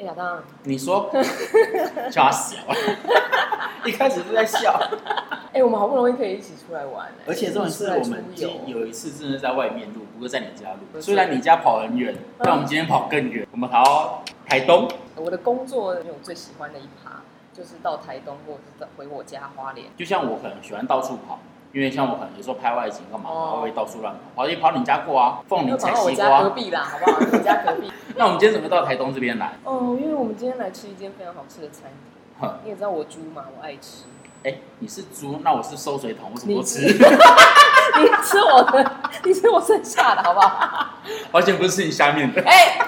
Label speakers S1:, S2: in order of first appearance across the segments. S1: 哎，亚当，
S2: 你说，吓死我了！ 一开始是在笑，
S1: 哎，我们好不容易可以一起出来玩，哎
S2: 而且这种是我 们
S1: 一起出来出游
S2: 有一次真的是在外面录，不是在你家录。
S1: 不是嗯
S2: 虽然你家跑很远，但我们今天跑更远，我们跑到台东。
S1: 我的工作因为我最喜欢的一趴就是到台东或者是回我家花莲。
S2: 就像我很喜欢到处跑，因为像我可能有时候拍外景干嘛，
S1: 哦
S2: 我会到处乱跑，跑去跑你家过啊，凤
S1: 没
S2: 梨
S1: 有跑
S2: 采
S1: 到我
S2: 西
S1: 家隔
S2: 瓜。
S1: 壁啦，好不好？你家隔壁。
S2: 那我们今天怎么到台东这边来？
S1: 哦，因为我们今天来吃一间非常好吃的餐厅。
S2: 哼，
S1: 你也知道我猪嘛，我爱吃。
S2: 哎、你是猪，那我是收水桶，我什么都吃，
S1: 你吃我的，你吃我剩下的，好不好？
S2: 而且不是吃你下 面的。
S1: 哎、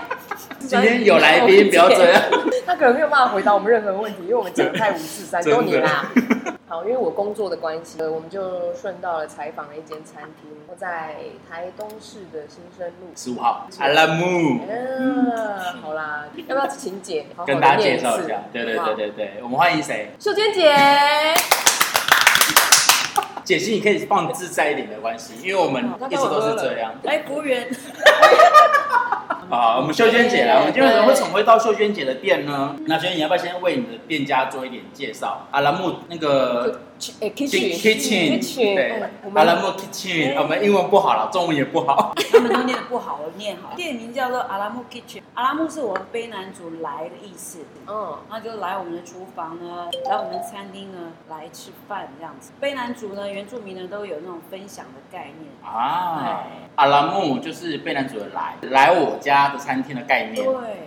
S2: 今天有来宾，不要 这样。
S1: 他可能没有办法回答我们任何问题，因为我们讲得太五四三，
S2: 真的
S1: 都你啦。好，因为我工作的关系，呃我们就顺道了采访了一间餐厅，我在台东市的新生路。
S2: 十五号，阿拉木。
S1: 嗯，好啦，要不要请姐好好地
S2: 跟大家
S1: 念一
S2: 介
S1: 次
S2: 绍一下，对对对，
S1: 好不好
S2: 对对，我们欢迎谁？
S1: 秀娟姐，
S3: 哎
S2: 解析你可以放自在一点没关系，因为我们一直都是这样
S3: 哎，服务员，
S2: 啊。我们秀娟姐来，我们今天
S1: 对
S2: 为什么会到秀娟姐的店呢？那秀娟，你要不要先为你的店家做一点介绍？阿拉木那个
S1: 哎
S2: Kitchen
S1: ，kitchen，
S2: Kitchen，对
S1: 嗯我，
S2: 阿
S1: 们
S2: 拉木 Kitchen，我们英文不好了，中文也不好。
S3: 他们都念得不好，我念好。店名叫做阿拉木 Kitchen，阿拉木是我们卑南族来的意思。
S1: 嗯，
S3: 那就来我们的厨房呢，来我们的餐厅呢，来吃饭这样子。卑南族呢，原住民呢都有那种分享的概念。
S2: 啊，阿拉木就是贝南主的来来我家的餐厅的概念。
S3: 对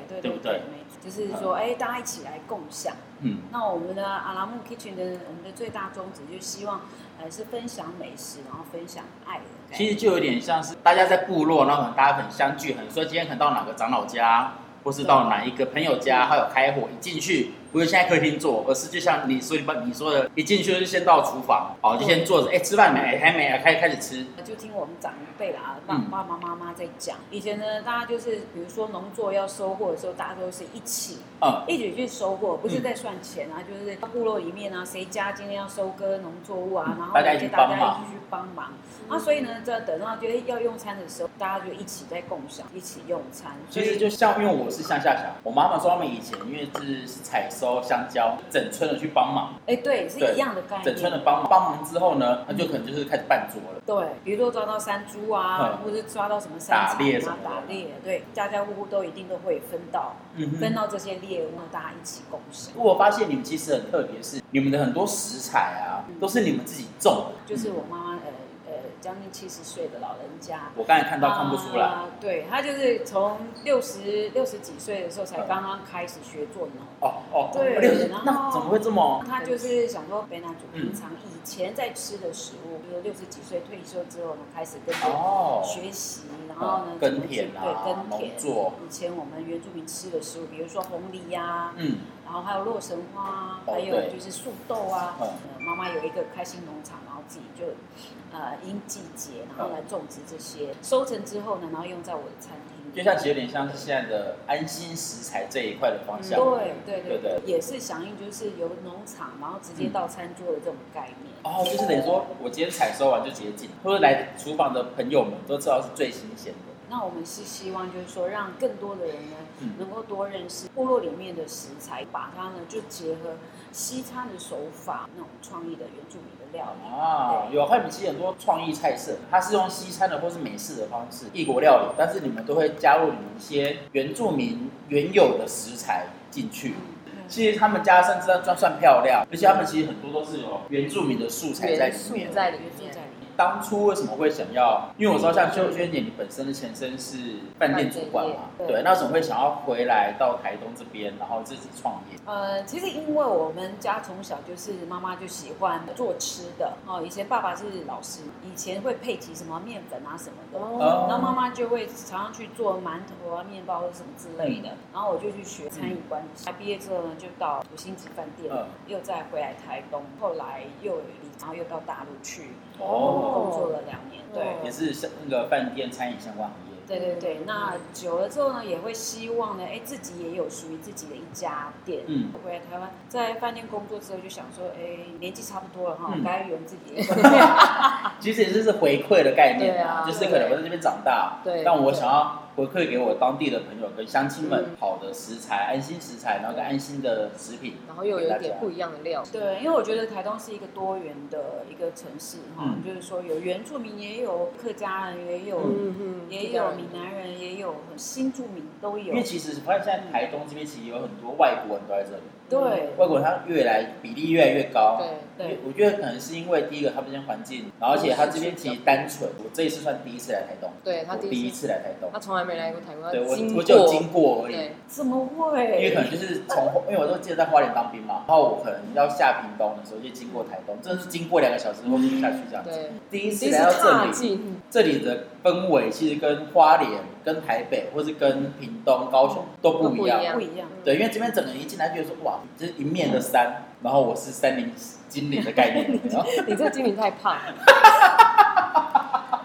S3: 对
S2: 对不对
S3: 没错就是说，哎，大家一起来共享。
S2: 嗯，
S3: 那我们的阿拉木 Kitchen 的我们的最大宗旨就是希望，呃，是分享美食，然后分享爱的概念。
S2: 其实就有点像是大家在部落，然后可能大家很相聚，很说今天可能到哪个长老家，或是到哪一个朋友家，还有开火，一进去不是先在客厅坐，而是就像你说你你说的，一进去就先到厨房，哦，就先坐着，哎，吃饭没？哎，还没啊，开开始吃，
S3: 就听我们长辈啦，爸
S2: 嗯
S3: 爸爸妈妈在讲。以前呢，大家就是比如说农作要收获的时候，大家都是一起
S2: 嗯，
S3: 一起去收获，不是在算钱啊，就是部落里面啊，谁家今天要收割农作物啊，然后
S2: 嗯大家一起
S3: 就大
S2: 帮
S3: 家
S2: 忙嗯
S3: 一起去帮忙。啊，所以呢，这等到就是要用餐的时候，大家就一起在共享，一起用餐。所
S2: 其
S3: 以
S2: 实就像因为我是乡下小孩，我妈妈说他们以前因为是是采收香蕉，整村的去帮忙，
S3: 哎，对，是
S2: 对
S3: 一样的概念。
S2: 整村的帮忙帮忙之后呢，那就可能就是开始办桌了。
S3: 对，比如说抓到山猪啊，
S2: 嗯
S3: 或者是抓到什么山
S2: 打
S3: 草
S2: 猎什么
S3: 啊，
S2: 的
S3: 打猎，对，家家户户都一定都会分到
S2: 嗯哼
S3: 分到这些猎物，大家一起共享。
S2: 我发现你们其实很特别，是你们的很多食材啊，都是你们自己种的。
S3: 就是我妈妈，呃呃，将近七十岁的老人家，
S2: 我刚才看到看不出来哦
S3: 啊对她就是从六十六十几岁的时候
S2: 嗯
S3: 才刚刚开始学做农。
S2: 哦哦，
S3: 对
S2: 六十
S3: 然后
S2: 那怎么会这么？
S3: 她就是想说，北南主
S2: 哦嗯
S3: 平常以前在吃的食物，比如六十几岁退休之后呢，开始跟着
S2: 哦，
S3: 学习，然后呢，
S2: 耕田
S3: 怎么
S2: 啊，
S3: 去对，耕
S2: 农
S3: 田。
S2: 作，
S3: 以前我们原住民吃的食物，比如说红梨呀、
S2: 嗯
S3: 然后还有洛神花啊，
S2: 哦
S3: 还有
S2: 对
S3: 就是树豆啊。
S2: 嗯
S3: 呃妈妈有一个开心农场，然后自己就呃因季节，然后来种植这些，收成之后呢，然后用在我的餐厅。
S2: 就像其实有点像是现在的安心食材这一块的方向。
S3: 对对
S2: 对
S3: 对
S2: 对
S3: 也是响应就是由农场然后直接到餐桌的这种概念。
S2: 哦，就是等于说，我今天采收完就直接进，或者来厨房的朋友们都知道是最新鲜的。
S3: 那我们是希望就是说，让更多的人呢
S2: 嗯，
S3: 能够多认识部落里面的食材，把它呢就结合西餐的手法，那种创意的原住民的料理。
S2: 啊，有看你们其实很多创意菜色，它是用西餐的或是美式的方式，异国料理，但是你们都会加入你们一些原住民原有的食材进去。
S3: 嗯
S2: 其实他们家甚至要算算漂亮，而且他们其实很多都是有原住民的素材在
S1: 元
S2: 里
S1: 素
S2: 面。
S1: 在里
S3: 元素
S1: 面
S3: 在。里面。
S2: 当初为什么会想要？因为我知道像秀娟姐，你本身的前身是饭店主管嘛，
S3: 饭店业
S2: 对，那为什么会想要回来到台东这边，然后自己创业？
S3: 呃，其实因为我们家从小就是妈妈就喜欢做吃的哦，以前爸爸是老师，以前会配齐什么面粉啊什么的，
S1: 哦，
S3: 然后妈妈就会常常去做馒头啊、面包或什么之类
S2: 嗯
S3: 的，然后我就去学餐饮管理。毕业之后呢，就到五星级饭店，
S2: 嗯
S3: 又再回来台东，后来又离，然后又到大陆去
S2: 哦，
S3: 工作了两年。对，
S2: 也是像那个饭店餐饮相关行业。
S3: 对对对。那久了之后呢，也会希望呢，哎，自己也有属于自己的一家店。
S2: 嗯，
S3: 回来台湾，在饭店工作之后，就想说，哎，年纪差不多了哈，
S2: 嗯
S3: 该有自己的 一个
S2: 其实也就是回馈的概念
S1: 对啊
S2: 就是可能我在这边长大，
S1: 对
S2: 但我想要回馈给我当地的朋友跟乡亲们
S1: 嗯
S2: 好的食材、安心食材，然后跟安心的食品。
S1: 然后又有一点不一样的料，
S3: 对，因为我觉得台东是一个多元的一个城市哈、
S2: 嗯
S3: 就是说有原住民，也有客家人，也有、
S1: 嗯嗯，
S3: 也有闽南人，也有新住民都有
S2: 因为。其实发现现在台东这边其实有很多外国人都在这里，
S3: 对，
S2: 外国人他越来比例越来越高。
S1: 对，
S3: 对，
S2: 我觉得可能是因为第一个他们这边环境，然后而且他这边其实单纯。我这一次算第一次来台东，
S1: 对他
S2: 我
S1: 第
S2: 第
S1: 一
S2: 一
S1: 次，
S2: 次来台东，
S1: 他从来没来过台湾，
S2: 对
S1: 他
S2: 我
S1: 经
S2: 我就
S1: 过，
S2: 经过而已。
S1: 对，
S3: 怎么
S2: 因为可
S3: 会？
S2: 能就是从，因为我都记得在花莲当兵嘛，然后我可能要下屏东的时候就经过台东，真的是经过两个小时或者下去这样子。
S1: 对，
S2: 第一次
S1: 其实
S2: 来到这
S1: 踏
S2: 里，
S1: 进，
S2: 这里的氛围其实跟花莲、跟台北或是跟屏东、高雄都不一
S1: 都不一
S2: 样。
S1: 样
S3: 不一样。
S2: 对，因为这边整个人一进来就觉得说，哇，这是一面的山，然后我是山林精灵的概念，然后
S1: 你这个精灵太胖了，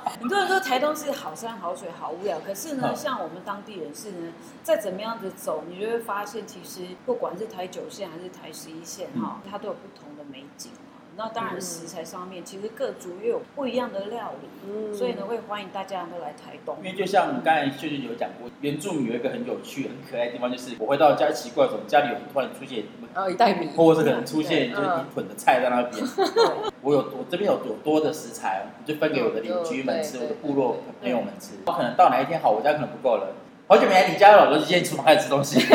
S3: 很多人说台东是好山好水好无聊，可是呢，
S2: 嗯
S3: 像我们当地人士呢，再怎么样子走，你就会发现，其实不管是台九线还是台十一线哈，它都有不同的美景哈那当然
S1: 嗯
S3: 食材上面，其实各族又有不一样的料理，
S1: 嗯，
S3: 所以呢，会欢迎大家都来台东
S2: 因。为就像我刚才秀秀有讲过，原住民有一个很有趣、很可爱的地方，就是我回到家奇怪，怎么家里有人突然出现
S1: 然后一袋米，
S2: 或者是可能出现
S1: 嗯
S2: 就是一捆的菜在那边，
S1: 哦
S3: 对
S2: 我有我这边有有多的食材，我就分给我的邻居们吃，我
S1: 对
S2: 的
S1: 对
S2: 部落
S1: 对
S2: 朋友们吃。我可能到哪一天好，我家可能不够了，好久没来你家了，我就先去厨房开始吃东西。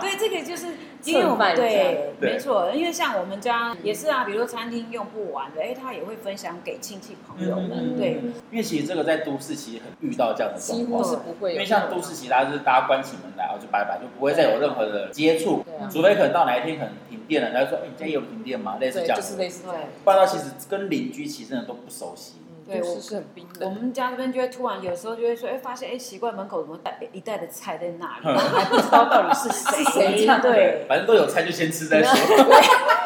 S3: 对，这个就是因为我
S1: 蹭饭
S3: 们
S1: 这样
S3: 对，
S2: 对
S3: 没错，因为像我们家
S1: 嗯
S3: 也是啊，比如说餐厅用不完的，哎，他也会分享给亲戚朋友
S2: 嗯
S3: 们，对，
S2: 因为其实这个在都市其实很遇到这样的
S1: 几
S2: 状
S1: 乎
S2: 况，
S1: 是不会有，
S2: 因为像都市其实大家就是大家关起门来，我就拜拜，就不会再有任何的接触
S1: 对啊，
S2: 除非可能到哪一天可能停电了，然后说哎你家有停电吗？类似
S1: 对，
S2: 这样
S1: 就
S2: 子
S1: 是。类似这样，
S2: 不然的话其实跟邻居其实真的都不熟悉。
S1: 嗯
S3: 对
S1: 都
S3: 我
S1: 市是很冰
S3: 我
S1: 冷，
S3: 们家这边就会突然有时候就会说，哎，发现哎奇怪，门口怎么带一袋的菜在那里，
S2: 嗯
S3: 然后还不知道到底 是
S1: 谁
S3: 谁
S1: 家的
S3: 对。
S2: 反正都有菜就先吃再说。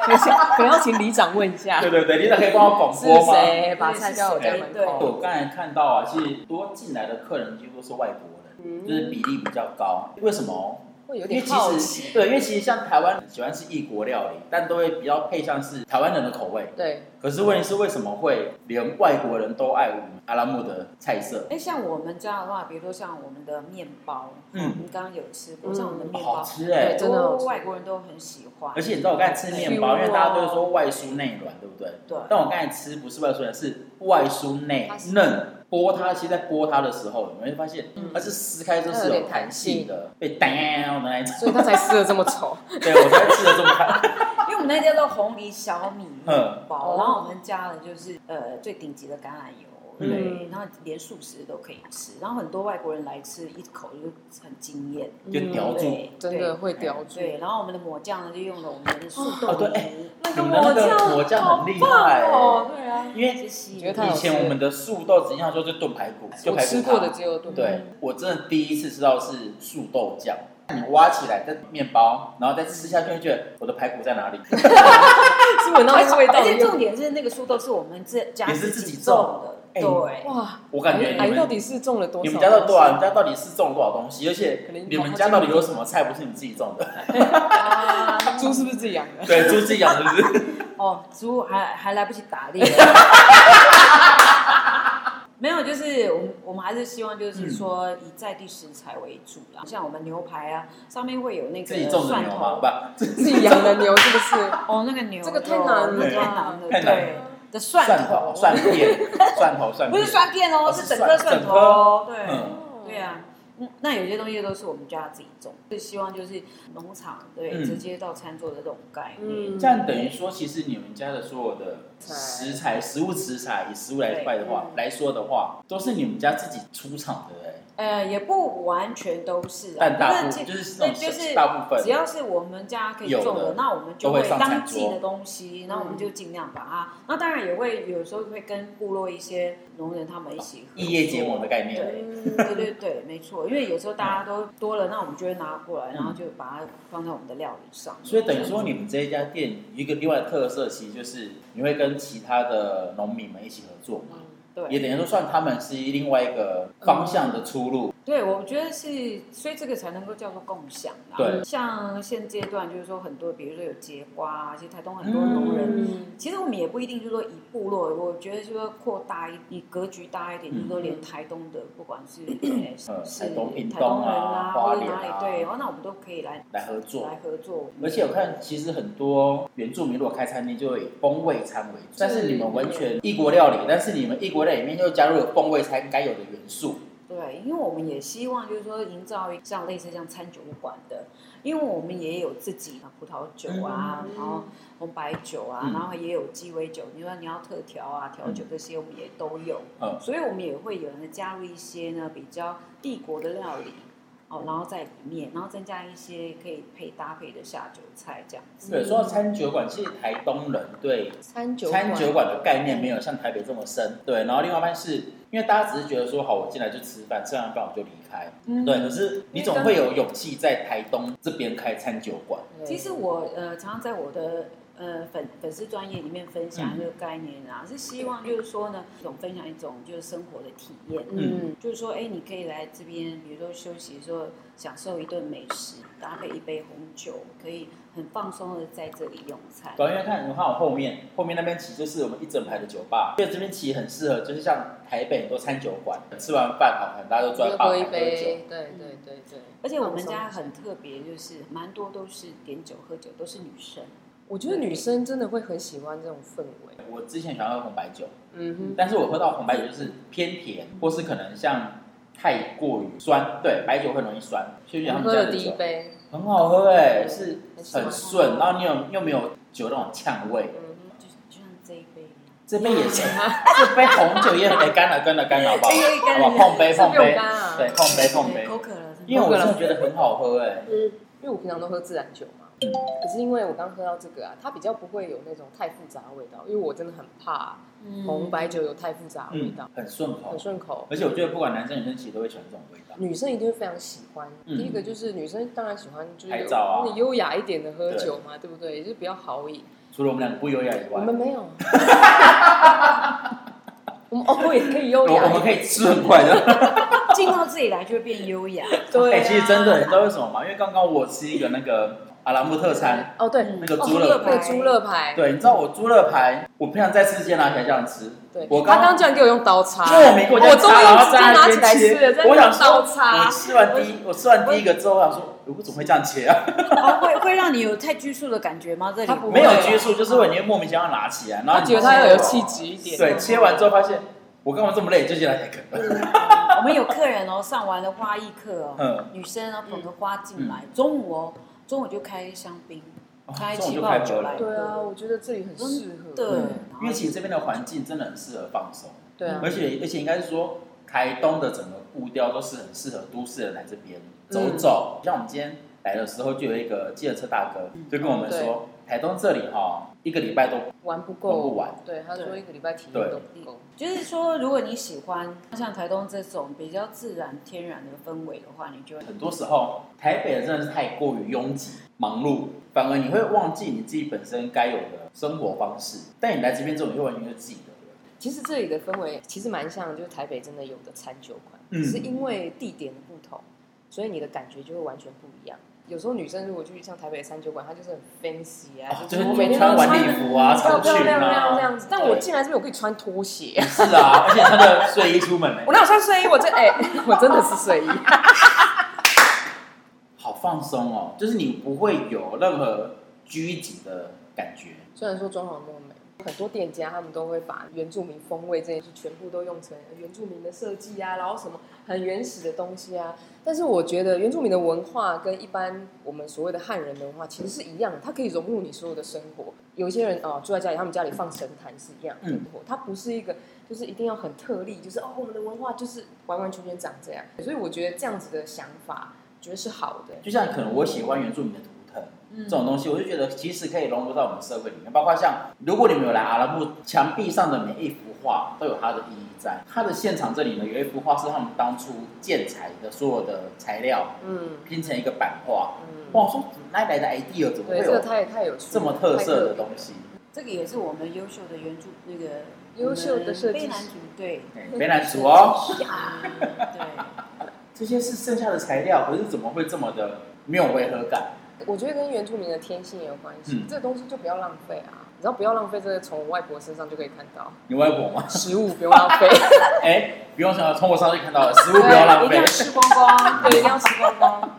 S1: 等一下可能要请里长问一下，
S2: 对对对，你可以帮我广
S1: 是
S2: 播吗？
S1: 谁把菜叫我家门
S3: 对
S1: 口？
S2: 我刚才看到啊，其实多进来的客人几乎都是外国人，
S1: 嗯
S2: 就是比例比较高。为什么？
S1: 会有
S2: 因为
S1: 点
S2: 其
S1: 好奇，
S2: 实对，因为其实像台湾喜欢吃异国料理，但都会比较配像是台湾人的口味。
S1: 对，
S2: 可是问题是为什么会连外国人都爱我们阿拉木的菜色？
S3: 哎，像我们家的话，比如说像我们的面包，
S2: 嗯
S3: 你刚刚有吃过，
S1: 嗯
S3: 像我们的面
S2: 好
S3: 包，
S2: 吃哎、
S1: 对真的好吃
S3: 外国人都很喜欢
S2: 而。且你知道我刚才吃面包，因为大家都会说外酥内软，对不对？
S3: 对，
S2: 但我刚才吃不是外酥软，是外酥内嫩。剥它，其实在剥它的时候，你会发现
S1: 嗯
S2: 它是撕开就是有弹性的，被当的那一种。
S1: 所以他才吃的这么丑，
S2: 对，我才吃了这么快。
S3: 因为我们那家叫红梨小米面包，
S1: 嗯
S3: 然后我们加了就是呃最顶级的橄榄油。对，
S1: 嗯
S3: 然后连素食都可以吃，然后很多外国人来吃一口就很惊艳，
S2: 就叼住
S3: 对，
S1: 嗯真的会叼住，
S3: 对，然后我们的抹酱呢，就用了我们的素
S2: 哦
S3: 豆
S2: 对
S3: 泥
S2: 哎，
S3: 那
S2: 你们那个果酱很厉害欸
S3: 哦，对啊，
S2: 因为
S3: 谢谢
S1: 觉得它
S2: 以前我们的素豆只印象就是炖排骨，就
S1: 我
S2: 排骨
S1: 吃
S2: 汤
S1: 过的只有炖，
S2: 对我真的第一次吃到是素豆酱，你挖起来在面包，然后再吃下去，就觉得我的排骨在哪里？
S1: 是闻到那个味道
S3: 而且
S1: 一样
S3: 重点是那个素豆是我们自家
S2: 也是自己
S3: 己
S2: 种
S3: 的，
S2: 哎
S3: 对，
S1: 哇，
S2: 我感觉
S1: 阿哎
S2: 你
S3: 哎
S1: 姨到
S2: 们
S1: 底是中了多少？
S2: 你们家到多少？你们家到底是种了多少东西？而且
S1: 可能
S2: 你们家到底有什么菜不是你自己种的？
S3: 啊
S1: 猪是不是自己养的？
S2: 对，猪自己养的是不 是？
S3: 哦，猪还还来不及打猎。没有，就是我们我们还是希望，就是说以在地食材为主啦。像我们牛排啊，上面会有那
S2: 自己
S3: 个
S2: 种的
S3: 蒜
S2: 牛吗？
S3: 头，
S2: 不，
S1: 自己养的牛是不是？
S3: 哦，那个牛
S1: 这个太难了
S3: 肉那太难了，
S2: 太难
S3: 对
S2: 了
S3: 的蒜
S2: 蒜
S3: 头
S2: 头、，蒜片、 蒜头、蒜片，
S3: 不是蒜片哦，
S2: 哦
S3: 是
S2: 是
S3: 整
S2: 蒜
S3: 颗蒜
S2: 整
S3: 头
S2: 颗
S3: 哦，对。
S2: 嗯
S3: 对，啊，嗯，那有些东西都是我们家自己种，就希望就是农场对、
S2: 嗯
S3: 直接到餐桌的这种概念。
S2: 这样等于说，其实你们家的所有的食材、食物食材，以食物来拜的话
S1: 对嗯
S2: 来说的话，都是你们家自己出厂的哎，
S3: 呃，也不完全都是、啊，
S2: 但大部分
S3: 不是
S2: 就
S3: 其
S2: 是那
S3: 对
S2: 种
S3: 就是
S2: 大部
S3: 只
S2: 分，
S3: 要是我们家可以
S2: 有
S3: 种
S2: 的
S3: 的，那我们就
S2: 都会
S3: 会
S2: 上
S3: 当
S2: 餐
S3: 季
S2: 桌
S3: 的东西，那我们
S1: 嗯
S3: 就尽量把它。那当然也会有时候会跟部落一些农人他们一起合
S2: 啊
S3: 作
S2: 异业结盟的嗯概念。
S3: 对对对对，没错，因为有时候大家都多了，那我们就会拿过来，然后就把它放在我们的料理上。
S2: 嗯所以等于说，你们这一家店有一个另外的特色，其实就是你会跟其他的农民们一起合作嘛，
S3: 对，
S2: 也等于说算他们是另外一个方向的出路。
S3: 对，我觉得是，所以这个才能够叫做共享啦。
S2: 对
S3: 像现阶段就是说很多，比如说有节瓜啊，其实台东很多农人，
S1: 嗯
S3: 其实我们也不一定就是说一部落，我觉得就是说扩大一，你格局大一点，
S2: 嗯
S3: 就是说连台东的，不管是哎
S2: 呃
S3: 是
S2: 台东屏
S3: 台
S2: 东
S3: 东人
S2: 啊花
S3: 或者
S2: 莲
S3: 哪里
S2: 啊，
S3: 对，哦那我们都可以来
S2: 来合作
S3: 来。合作。
S2: 而且我看，其实很多原住民如果开餐厅，就会以风味餐为主，但是你们完全异国料理，但是你们异国料理里面又加入了风味餐该有的元素。
S3: 对，因为我们也希望就是说营造一像类似像餐酒馆的，因为我们也有自己的葡萄酒啊，然后红白酒啊，
S2: 嗯
S3: 然后也有鸡尾酒。你说你要特调啊、调酒这些，我们也都有。
S2: 嗯
S3: 所以我们也会有人加入一些呢比较帝国的料理哦，然后在里面，然后增加一些可以配搭配的下酒菜这样子。
S2: 对，说到餐酒馆，其实台东人对
S1: 餐酒
S2: 餐酒馆的概念没有像台北这么深。对，然后另外一半是因为大家只是觉得说，好，我进来就吃饭，吃完饭我就离开。
S3: 嗯
S2: 对，可是你总会有勇气在台东这边开餐酒馆。
S1: 对
S3: 其实我呃常常在我的呃粉粉丝专业里面分享
S2: 嗯
S3: 这个概念啊，是希望就是说呢，一种分享一种就是生活的体验。
S1: 嗯
S3: 就是说，哎，你可以来这边，比如说休息的时候，享受一顿美食，搭配一杯红酒，可以很放松的在这里用餐。
S2: 对，因为看你看我后面，后面那边其实就是我们一整排的酒吧，因为这边其实很适合，就是像台北很多餐酒馆，吃完饭好，可能大家都坐在
S1: 又
S2: 吧
S1: 喝
S2: 台
S1: 一
S2: 喝酒。
S1: 杯，对对对对。
S3: 而且我们家很特别，就是蛮多都是点酒喝酒，都是女生。
S1: 我觉得女生真的会很喜欢这种氛围。
S2: 我之前喜欢喝红白酒，
S1: 嗯
S2: 但是我喝到红白酒就是偏甜，或是可能像太过于酸，对，白酒会容易酸，所以
S1: 哼，我
S2: 他们
S1: 喝
S2: 家
S1: 了
S2: 的
S1: 第一
S2: 酒
S1: 杯，
S2: 很好喝哎、是很
S1: 很
S2: 顺，然后你有又没有酒那种呛味，
S1: 嗯哼，
S3: 就就像这一杯一样，
S2: 这杯也是， 这杯红酒也很哎干了干了干了，好 不好？
S3: 哎干了
S2: 好不好碰杯
S1: 这
S2: 碰
S1: 不用
S2: 杯，
S1: 干啊。
S2: 对，碰杯碰杯
S3: 口，渴了，真的
S2: 因为我真的觉得很好喝哎、
S1: 嗯，因为我平常都喝自然酒嘛，可是因为我刚喝到这个啊，它比较不会有那种太复杂的味道，因为我真的很怕
S3: 嗯
S1: 红白酒有太复杂的味
S2: 嗯
S1: 道，，
S2: 很顺
S1: 很
S2: 口，
S1: 顺口。
S2: 而且我觉得不管男生女生其实都会喜欢这种味道。
S1: 女生一定会非常喜欢。
S2: 嗯
S1: 第一个就是女生当然喜欢，就是
S2: 拍照啊
S1: 你优雅一点的喝酒嘛，对不对？就是比较豪饮。
S2: 除了我们两个不优雅以
S1: 我
S2: 外，
S1: 们没有，啊 我们偶尔也可以优
S2: 我
S1: 雅
S2: 我
S1: 一
S2: 们
S1: 点。
S2: 可以吃很快的。
S3: 进到这里来就会变优雅。
S1: 对啊
S2: 哎，其实真的，你知道为什么吗？因为刚刚我吃一个那个阿拉木特餐，
S1: 哦，对，
S2: 那个
S1: 哦
S2: 猪
S1: 那
S2: 肋
S1: 个
S2: 排，
S3: 排
S1: 猪肋排，
S2: 对，你知道我猪肋排，我平常在吃之前拿起来这样吃，
S1: 对，
S2: 我
S1: 他
S2: 刚
S1: 刚刚居然给我用刀叉，
S2: 莫名
S1: 啊我
S2: 在
S1: 终于
S2: 插，然后
S1: 直接拿
S2: 在那
S1: 起来
S2: 边
S1: 吃了，
S2: 切，
S1: 在那
S2: 我想
S1: 边刀
S2: 说，
S1: 叉
S2: 我，吃完第一，我吃完第一个之后，我想说，我怎么会这样切啊？
S3: 哦，会会让你有太拘束的感觉吗？这里
S1: 它不会哦
S2: 没有拘束，就是会你会莫名其妙拿起来，然后
S1: 他
S2: 你哦
S1: 觉得他要有气质一点。啊
S2: 对，切完之后发现我干嘛这么累，就进来才啃。
S3: 我们有客人哦，上完了花艺课哦
S2: 嗯，
S3: 女生哦捧着花进来，中午哦，中午就开香槟，开
S2: 中午
S3: 气
S2: 就
S3: 泡
S2: 开
S3: 酒
S2: 酒
S3: 来
S2: 了
S3: 喝，
S1: 对啊，我觉得这里很适合。啊
S3: 对
S2: 嗯，因为其实这边的环境真的很适合放松，
S1: 对啊
S2: 而，且而且应该是说台东的整个步调都是很适合都市人来这边走走。
S1: 嗯
S2: 像我们今天来的时候，就有一个计程车大哥就跟我
S1: 哦
S2: 们说，台东这里哈、一个礼拜都
S1: 玩不够，
S2: 玩不完。
S1: 对，他说
S3: 对
S1: 一个礼拜体验都不够。
S3: 就是说，如果你喜欢像台东这种比较自然天然的氛围的话，你就会
S2: 很多时候台北人真的是太过于拥挤、忙碌，反而你会忘记你自己本身该有的生活方式。但你来这边之后，你就完全是自己的人。
S1: 其实这里的氛围其实蛮像，就是台北真的有的餐酒馆，
S2: 嗯
S1: 只是因为地点的不同，所以你的感觉就会完全不一样。有时候女生如果去像台北的餐酒馆，她就是很 fancy 啊，
S2: 哦
S1: 就是我
S2: 就
S1: 每
S2: 是
S1: 天都
S2: 穿晚
S1: 穿
S2: 礼服啊，
S1: 漂
S2: 长
S1: 漂
S2: 裙
S1: 亮亮这
S2: 啊，
S1: 样子。但我进来这边，我可以穿拖鞋，
S2: 是啊，而且穿着睡衣出门欸呢、
S1: 我哪有穿睡衣？我真哎、 我真的是睡衣。
S2: 好放松哦，就是你不会有任何拘谨的感觉。
S1: 虽然说装潢那么美，很多店家他们都会把原住民风味这件事全部都用成原住民的设计啊，然后什么很原始的东西啊。但是我觉得原住民的文化跟一般我们所谓的汉人的文化其实是一样的，它可以融入你所有的生活。有一些人哦住在家里，他们家里放神坛是一样的
S2: 嗯，
S1: 它不是一个就是一定要很特例，就是哦我们的文化就是完完全全长这样。所以我觉得这样子的想法，觉得是好的。
S2: 就像可能我喜欢原住民的图腾。
S3: 嗯
S2: 这种东西，我就觉得其实可以融入到我们社会里面，包括像如果你们有来阿拉木，墙壁上的每一幅画都有它的意义在。它的现场这里呢，有一幅画是他们当初建材的所有的材料
S1: 嗯
S2: 拼成一个版画。
S1: 嗯，
S2: 哇，我说哪里来的 idea 怎么会
S1: 对，这个
S2: 有
S1: 太太有趣了，
S2: 这么特色的
S1: 太
S2: 东
S1: 别了
S2: 西？
S3: 这个也是我们优秀的原著那个
S1: 优秀的设计师
S3: 男主对，
S2: 哎，北南族哦，
S3: 嗯对，
S2: 哦这些是剩下的材料，可是怎么会这么的没有违和感？
S1: 我觉得跟原住民的天性也有关系，
S2: 嗯
S1: 这个东西就不要浪费啊。你知道不要浪费，这个从我外婆身上就可以看到，
S2: 你外 婆吗？
S1: 食物不用浪 费，
S2: 哎、不用想，从我上去看到了，食物
S3: 对，
S2: 不要浪
S3: 一定
S2: 费
S3: 要。吃 光光，对，一定要吃光光。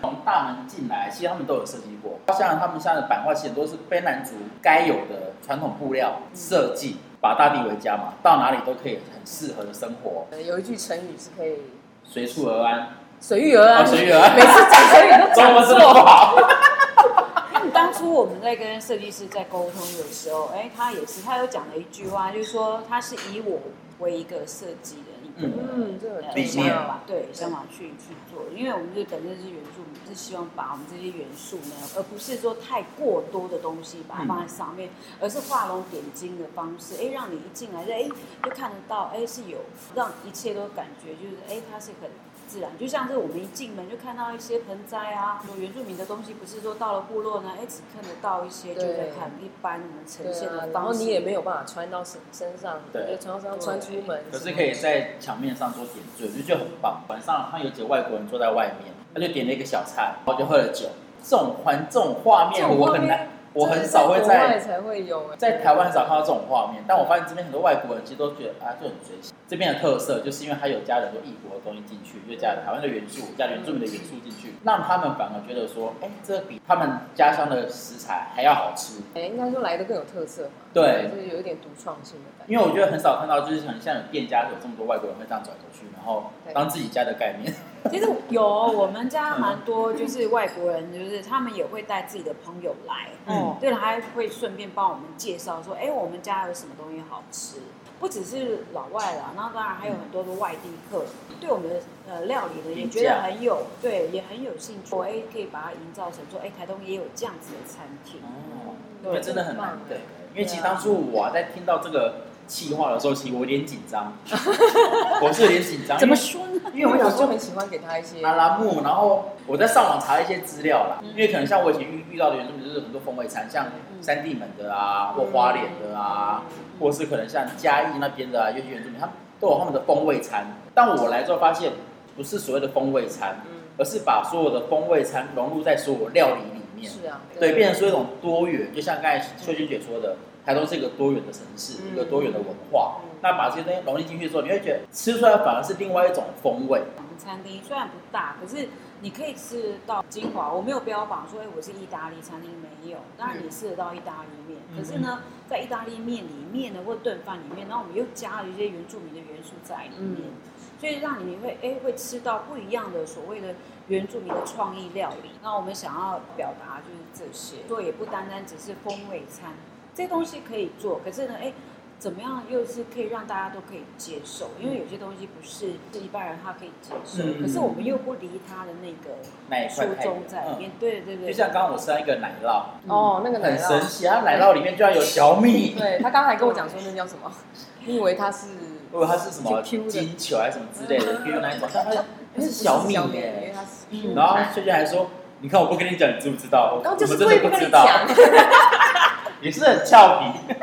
S2: 从大门进来，其实他们都有设计过，像他们现在的版画，其实都是卑南族该有的传统布料设计，把大地为家嘛，到哪里都可以很适合的生活，
S1: 呃有一句成语是可以
S2: 随处而安，
S1: 随遇而
S2: 啊，
S1: 安，
S2: 随遇而安
S1: 每。次讲成语都
S2: 中
S1: 讲
S2: 文真的不
S1: 错。
S2: 好。
S3: 当初我们在跟设计师在沟通的时候，哎，他也是，他有讲了一句话，就是说他是以我为一个设计的一个
S1: 嗯，这个
S3: 呃
S2: 理
S3: 想
S2: 念
S3: 法，对想法去去做，因为我们日本那是原住民，是希望把我们这些元素呢，而不是说太过多的东西
S1: 嗯
S3: 把它放在上面，而是画龙点睛的方式，哎，让你一进来就哎就看得到，哎是有让一切都感觉就是哎它是很。自然，就像是我们一进门就看到一些盆栽啊，有原住民的东西，不是说到了部落呢，哎，只看得到一些，就
S1: 对
S3: 在看一般我们呈
S1: 对
S3: 现
S1: 啊
S3: 的，
S1: 然
S3: 方
S1: 后
S3: 式。
S1: 你也没有办法穿到身身上，
S2: 对
S1: 就穿到身上穿出门，
S2: 可是可以在墙面上做点缀，我就觉得很棒。晚上他有几个外国人坐在外面，他就点了一个小菜，然后就喝了酒。这种环这种画
S1: 这
S2: 面，
S1: 种
S2: 我
S1: 画
S2: 很难
S1: 面，
S2: 我很少会
S1: 真的在国外
S2: 在
S1: 才会有哎，
S2: 在台湾很少看到这种画面。但我发现这边很多外国人其实都觉得啊，就很随性。这边的特色就是因为它有加了很多异国的东西进去，又加了台湾的元素，加了原住民的元素进去，让他们反而觉得说，哎、这比他们家乡的食材还要好吃。
S3: 嗯
S1: 哎，应该说来的更有特色嘛，
S2: 对
S1: 就是有一点独创性的感觉。
S2: 因为我觉得很少看到，就是很像有店家有这么多外国人会这样走来走去，然后当自己家的概念。
S3: 其实有，我们家蛮多，就是外国人，就是他们也会带自己的朋友来，
S2: 嗯
S3: 对，还会顺便帮我们介绍说，哎，我们家有什么东西好吃。不只是老外啦，然后当然还有很多的外地客，对我们的呃料理呢也觉得很有，对，也很有兴趣。哎，可以把它营造成说，哎，台东也有这样子的餐厅。
S2: 哦，
S1: 对
S2: 那真的很难
S1: 很棒
S2: 得，
S3: 啊
S2: 因为其实当初我在听到这个气话的时候，其实我有点紧 张，我是有点紧张，
S3: 怎么说呢？
S2: 因为？因为我
S1: 有
S2: 有
S1: 时
S2: 时
S1: 候
S2: 候
S1: 很喜欢给他一些，
S2: 阿拉木，然后我在上网查了一些资料啦，
S1: 嗯
S2: 因为可能像我以前遇遇到的原住民就是很多风味餐，像三地门的啊，或花莲的啊，
S1: 嗯
S2: 或是可能像嘉义那边的啊，有些原住民他们都有他们的风味餐，但我来之后发现不是所谓的风味餐，
S1: 嗯，
S2: 而是把所有的风味餐融入在所有料理里面。
S1: 是啊，
S2: 对，变成说一种多元，就像刚才秀君姐说的，台东是一个多元的城市，
S1: 嗯
S2: 一个多元的文化
S1: 嗯。
S2: 那把这些东西融进进去之后，你会觉得吃出来反而是另外一种风味。
S3: 我们餐厅虽然不大，可是你可以吃到精华。我没有标榜说，哎，我是意大利餐厅，没有。当然你吃得到意大利面，
S2: 嗯
S3: 可是呢，在意大利面里面呢，或炖饭里面，然后我们又加了一些原住民的元素在里面，
S1: 嗯
S3: 所以让你会哎会吃到不一样的所谓的原住民的创意料理。那我们想要表达就是这些，做也不单单只是风味餐，这些东西可以做，可是呢，哎。怎么样又是可以让大家都可以接受？因为有些东西不是是一般人他可以接受，
S2: 嗯
S3: 可是我们又不离他的那个
S2: 那一块
S3: 初
S2: 太
S3: 衷在里面。对对
S2: 嗯
S3: 对，
S2: 就像刚刚我吃到一个奶酪，
S1: 哦，那个奶
S2: 很神
S1: 酪，
S2: 奇，它奶酪里面居然有小米，
S1: 对他刚才跟我讲说那叫什 么，你以为它是
S2: 我以为它是什么
S1: Q 的
S2: 金球还是什么之类的 Q 那一种，但它它
S1: 哎不
S2: 是小米
S1: 因为
S2: 耶。
S1: 它是
S3: 嗯
S2: 然后秀君还说：“你看我不跟你讲，你知不知道？
S1: 然后哦
S2: 我
S1: 就是
S2: 们真的
S1: 故意不跟
S2: 知
S1: 你
S2: 道，
S1: 讲，
S2: 也是很俏皮。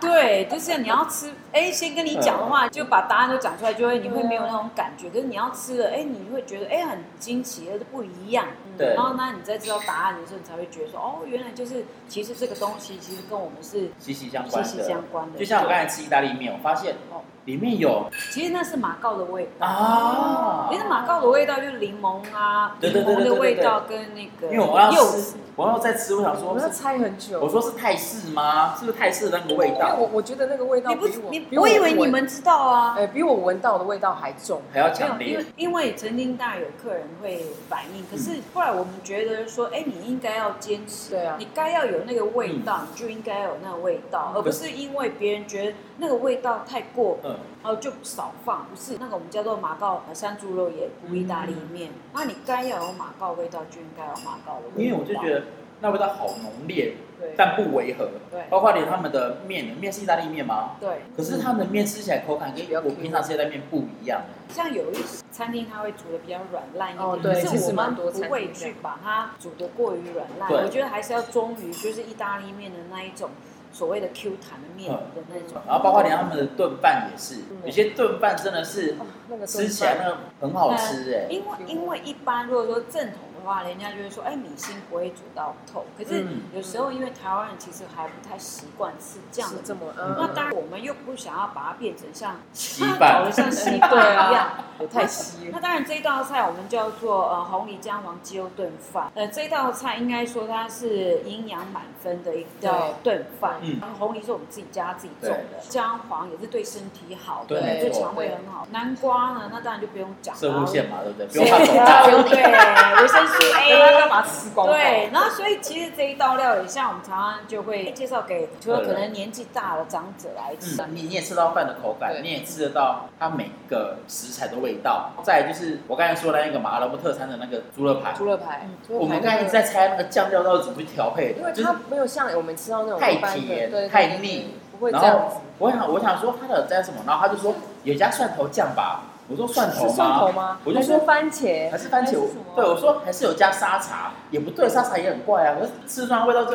S3: 对，就是你要吃，哎，先跟你讲的
S2: 嗯
S3: 话，就把答案都讲出来，就会你会没有那种感觉。可是你要吃了，哎，你会觉得哎很惊奇，而且不一样。
S1: 嗯
S2: 对
S3: 然后呢，你在知道答案的时候，你才会觉得说，哦，原来就是其实这个东西其实跟我们是
S2: 息息相
S3: 息
S2: 关
S3: 息
S2: 的
S3: 相。关的。
S2: 就像我
S3: 对
S2: 刚才吃意大利面，我发现
S3: 哦
S2: 里面有
S3: 其实那是马告的味道。
S2: 啊
S3: 其实马告的味道就是柠檬啊，
S2: 对对对
S3: 柠檬
S2: 对对
S3: 的
S2: 对
S3: 味
S2: 对
S3: 道跟那个
S2: 因为我要
S3: 柚
S2: 吃
S3: 子，，
S2: 我要在吃，我想
S1: 我
S2: 说
S1: 们要
S2: 是，
S1: 猜很久。
S2: 我说是泰式吗？是不是泰式的那个味
S1: 因为
S2: 道？
S1: 我我觉得那个味道
S3: 你不
S1: 比我，
S3: 你
S1: 比
S3: 我以为你
S1: 闻
S3: 们知道啊，
S1: 哎，比我闻到的味道还重。
S2: 还要
S3: 没有
S2: 强，
S3: 因
S2: 烈嗯
S3: 为，因为曾经当然有客人会反应，可是后来我们觉得说，哎、你应该要坚持，
S1: 对啊
S3: 你该要有那个味道，
S2: 嗯
S3: 你就应该有那个味道，而不是因为别人觉得那个味道太过，
S2: 嗯，
S3: 哦、就少放，不是那个我们叫做马告呃山猪肉也不意大利面，那你该要有马告味道，就应该有马告的味道。
S2: 嗯因为我就觉得那味道好浓烈，
S1: 对
S2: 但不违和。
S3: 对
S2: 包括连他们的面，面是意大利面吗？
S3: 对，
S2: 可是他们的面吃起来口感跟
S1: 比较
S2: 我平常吃的意大利面不一样。
S3: 像有一些餐厅，它会煮的比较软烂一点，
S1: 哦
S2: 对
S3: 可
S1: 其
S3: 是
S1: 实
S3: 我
S1: 蛮
S3: 们
S1: 多
S3: 不
S1: 餐厅
S3: 会去把它煮的过于软烂。
S2: 对
S3: 我觉得还是要忠于就是意大利面的那一种所谓的 Q 弹的面的那种，
S2: 嗯然后包括连他们的炖饭也是，
S1: 嗯
S2: 有些炖饭真的是
S1: 哦那嗯个
S2: 吃起来那个很好吃哎、
S3: 因为因为一般如果说正统的话，人家就会说，哎，米心不会煮到透。可是
S2: 嗯
S3: 有时候因为台湾人其实还不太习惯吃这样
S1: 是
S3: 的
S1: 这
S3: 米，
S1: 么，
S3: 那
S1: 嗯，
S3: 当然我们又不想要把它变成像
S2: 稀
S3: 搞
S2: 饭
S3: 得像稀
S1: 对
S3: 饭一样。
S1: 啊，也太稀
S3: 那
S1: 了，
S3: 当然，这一道菜我们叫做呃红梨姜黄鸡肉炖饭。呃，这一道菜应该说它是营养满分的一道炖饭。
S2: 嗯
S3: 然后红梨是我们自己家自己种的，姜黄也是对身体好的，
S2: 对
S3: 对肠胃很好。南瓜呢，那当然就不用讲
S2: 射
S3: 了
S2: 护，线嘛，对不对？
S1: 啊
S2: 不
S3: 对
S2: 用怕 肿
S1: 不用
S2: 胀。
S3: 对，维生素 A
S1: 要。把它吃光光，
S3: 哎对，然后所以其实这一道料理，像我们常常就会介绍给，除了可能年纪大了长者来吃，
S2: 嗯，你你也吃到饭的口
S1: 啊对
S2: 感，你也吃得到它每个食材的味道。再来就是我刚才说的那个马拉伯特餐的那个猪肋排，
S1: 猪肋排，猪肋排
S2: 我们刚才一直在猜那个酱料到底怎么去调配
S1: 因为
S2: 的，就是
S1: 它没有像我们吃到那种
S2: 太
S1: 一般的
S2: 甜
S1: 对
S2: 太
S1: 对对
S2: 腻
S1: 不会这
S2: 然
S1: 样子
S2: 后。我想我想说它的加什么，然后他就说有加蒜头酱吧，我说蒜头
S1: 是
S2: 吗？
S1: 蒜头吗？
S2: 我就
S1: 还是
S2: 说
S1: 番茄
S2: 还，是番茄
S3: 还是什么，
S2: 对我说还是有加沙茶，也不对，沙茶也很怪啊。我说吃出来味道就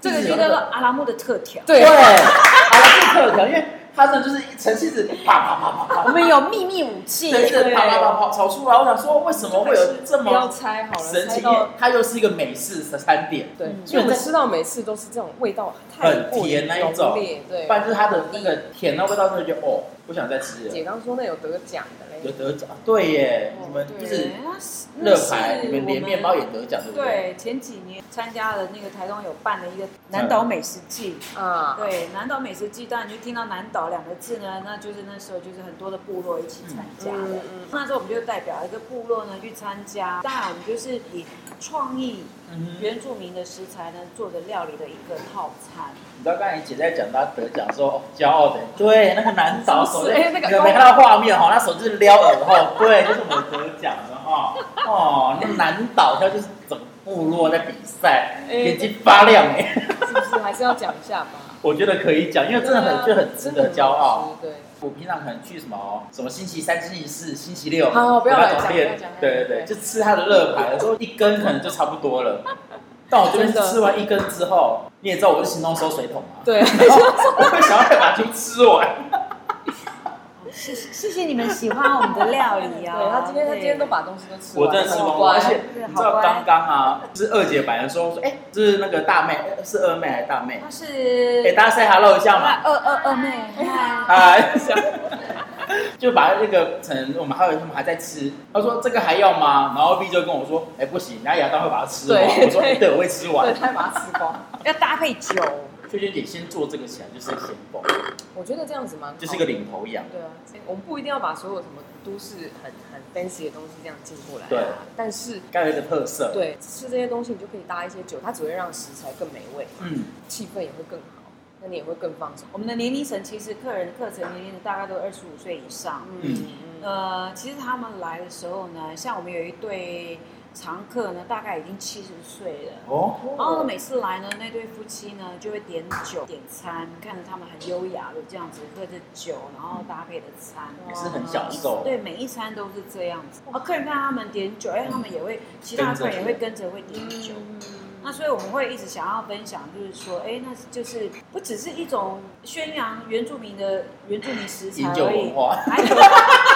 S3: 这个
S2: 是
S3: 就
S2: 有
S3: 叫
S2: 那
S3: 做
S2: 个
S3: 阿拉木的特调。
S1: 对
S2: 对，啊阿拉是特调，因为它真的就是一层气子啪啪啪啪
S1: 我
S2: 啪，
S1: 们有秘密武器，
S2: 对对啪啪啪啪炒出来。我想说为什么会有这
S1: 不要
S2: 么
S1: 猜好了，
S2: 神
S1: 猜
S2: 奇？
S1: 到
S2: 它又是一个美式的餐点，
S1: 对
S3: 嗯，
S1: 所以我们吃到每次都是这种味道太
S2: 很
S1: 过于
S2: 甜那一种
S1: 浓烈对
S2: 不，然就是它的那个甜的味道，真的觉得哦，不想再吃了。
S1: 姐刚说那有得奖的
S2: 有
S1: 嘞，
S2: 得奖，对耶，你们就
S1: 对
S2: 是
S3: 那是
S2: 乐牌，
S3: 那是
S2: 你们连
S3: 我
S2: 面包也得奖，对不对？
S3: 对，前几年参加了那个台东有办的一个南岛美食季，
S1: 啊，
S3: 对，南岛美食季，当然就听到南岛两个字呢，那就是那时候就是很多的部落一起参加的。
S1: 嗯嗯
S3: 那时候我们就代表一个部落呢去参加，当然我们就是以创意
S2: 嗯哼
S3: 原住民的食材呢做的料理的一个套餐。
S2: 你知道刚才姐在讲她得奖的时候，哦骄傲的，对，那个男导
S1: 是不
S2: 手
S1: 是
S2: 在，
S1: 哎那个
S2: 你有没有看到画面哈？那手就是撩耳后， 对，就是我们得奖的哈。哦，那男导他就是整个部落在比赛，
S1: 哎
S2: 眼睛发亮哎，
S1: 是不是还是要讲一下吧？
S2: 我觉得可以讲，因为 真的
S1: 对啊
S2: 很就很值得骄傲。，
S1: 真的很好吃对。
S2: 我平常可能去什么什么星期三、星期四、星期六，
S1: 好好不要
S2: 有那
S1: 来
S2: 种
S1: 讲
S2: 店
S1: 不要讲不要
S2: 对对
S1: 讲
S2: 对，就吃他的乐牌，有时候一根可能就差不多了。但我这边
S1: 真的
S2: 吃完一根之后，你也知道我是行动收水桶嘛，
S1: 对，
S2: 我会想要再把它全吃 完。
S3: 谢谢谢谢你们喜欢我们的料理 啊！
S1: 对他今天他今天都把东西都吃完，
S2: 我真的吃
S1: 很
S2: 光光，
S1: 乖
S2: 而且
S3: 对
S2: 你知
S3: 好
S2: 道
S3: 乖
S2: 刚刚啊，就是二姐本来说说，哎、这是那个大妹，呃是二妹还是大妹？
S3: 他是
S2: 哎、大家 say hello 一下嘛，
S3: 二二二妹，嗨
S2: 嗨，啊就把那个成我们还有他们还在吃，他说这个还要吗？然后 B 就跟我说，哎、不行，人家亚当会把它吃完。
S1: 对
S2: 我说，哎
S1: 对
S2: 对，我会吃
S1: 对，
S2: 完。
S1: 他把它吃光。
S3: 要搭配酒。
S2: 雀圈姐先做这个起来，就是先锋，
S1: 我觉得这样子蛮好的
S2: 就是一个领头羊。
S1: 对啊，我们不一定要把所有什么都市很很 fancy 的东西这样进过来、啊，
S2: 对
S1: 但是
S2: 该有一个特色，，
S1: 对吃这些东西，你就可以搭一些酒，它只会让食材更美味，
S2: 嗯，
S1: 气氛也会更好，那你也会更放松。
S3: 我们的年龄层其实客人课程年龄大概都二十五岁以上。
S1: 嗯
S2: 嗯
S1: 嗯，
S3: 呃，其实他们来的时候呢，像我们有一对常客呢，大概已经七十岁了。
S2: 哦，
S3: 然后呢，每次来呢，那对夫妻呢就会点酒、点餐，看着他们很优雅的这样子喝着酒，然后搭配的餐。
S2: 也是很享受，
S3: 对，每一餐都是这样子。哦，客人看他们点酒，哎，他们也会，其他客人也会跟着会点酒。
S2: 嗯
S1: 嗯
S3: 那所以我们会一直想要分享，就是说，哎，那就是不只是一种宣扬原住民的原住民食材
S2: 饮酒
S3: 而
S2: 文
S3: 已，
S2: 化，
S3: 还有，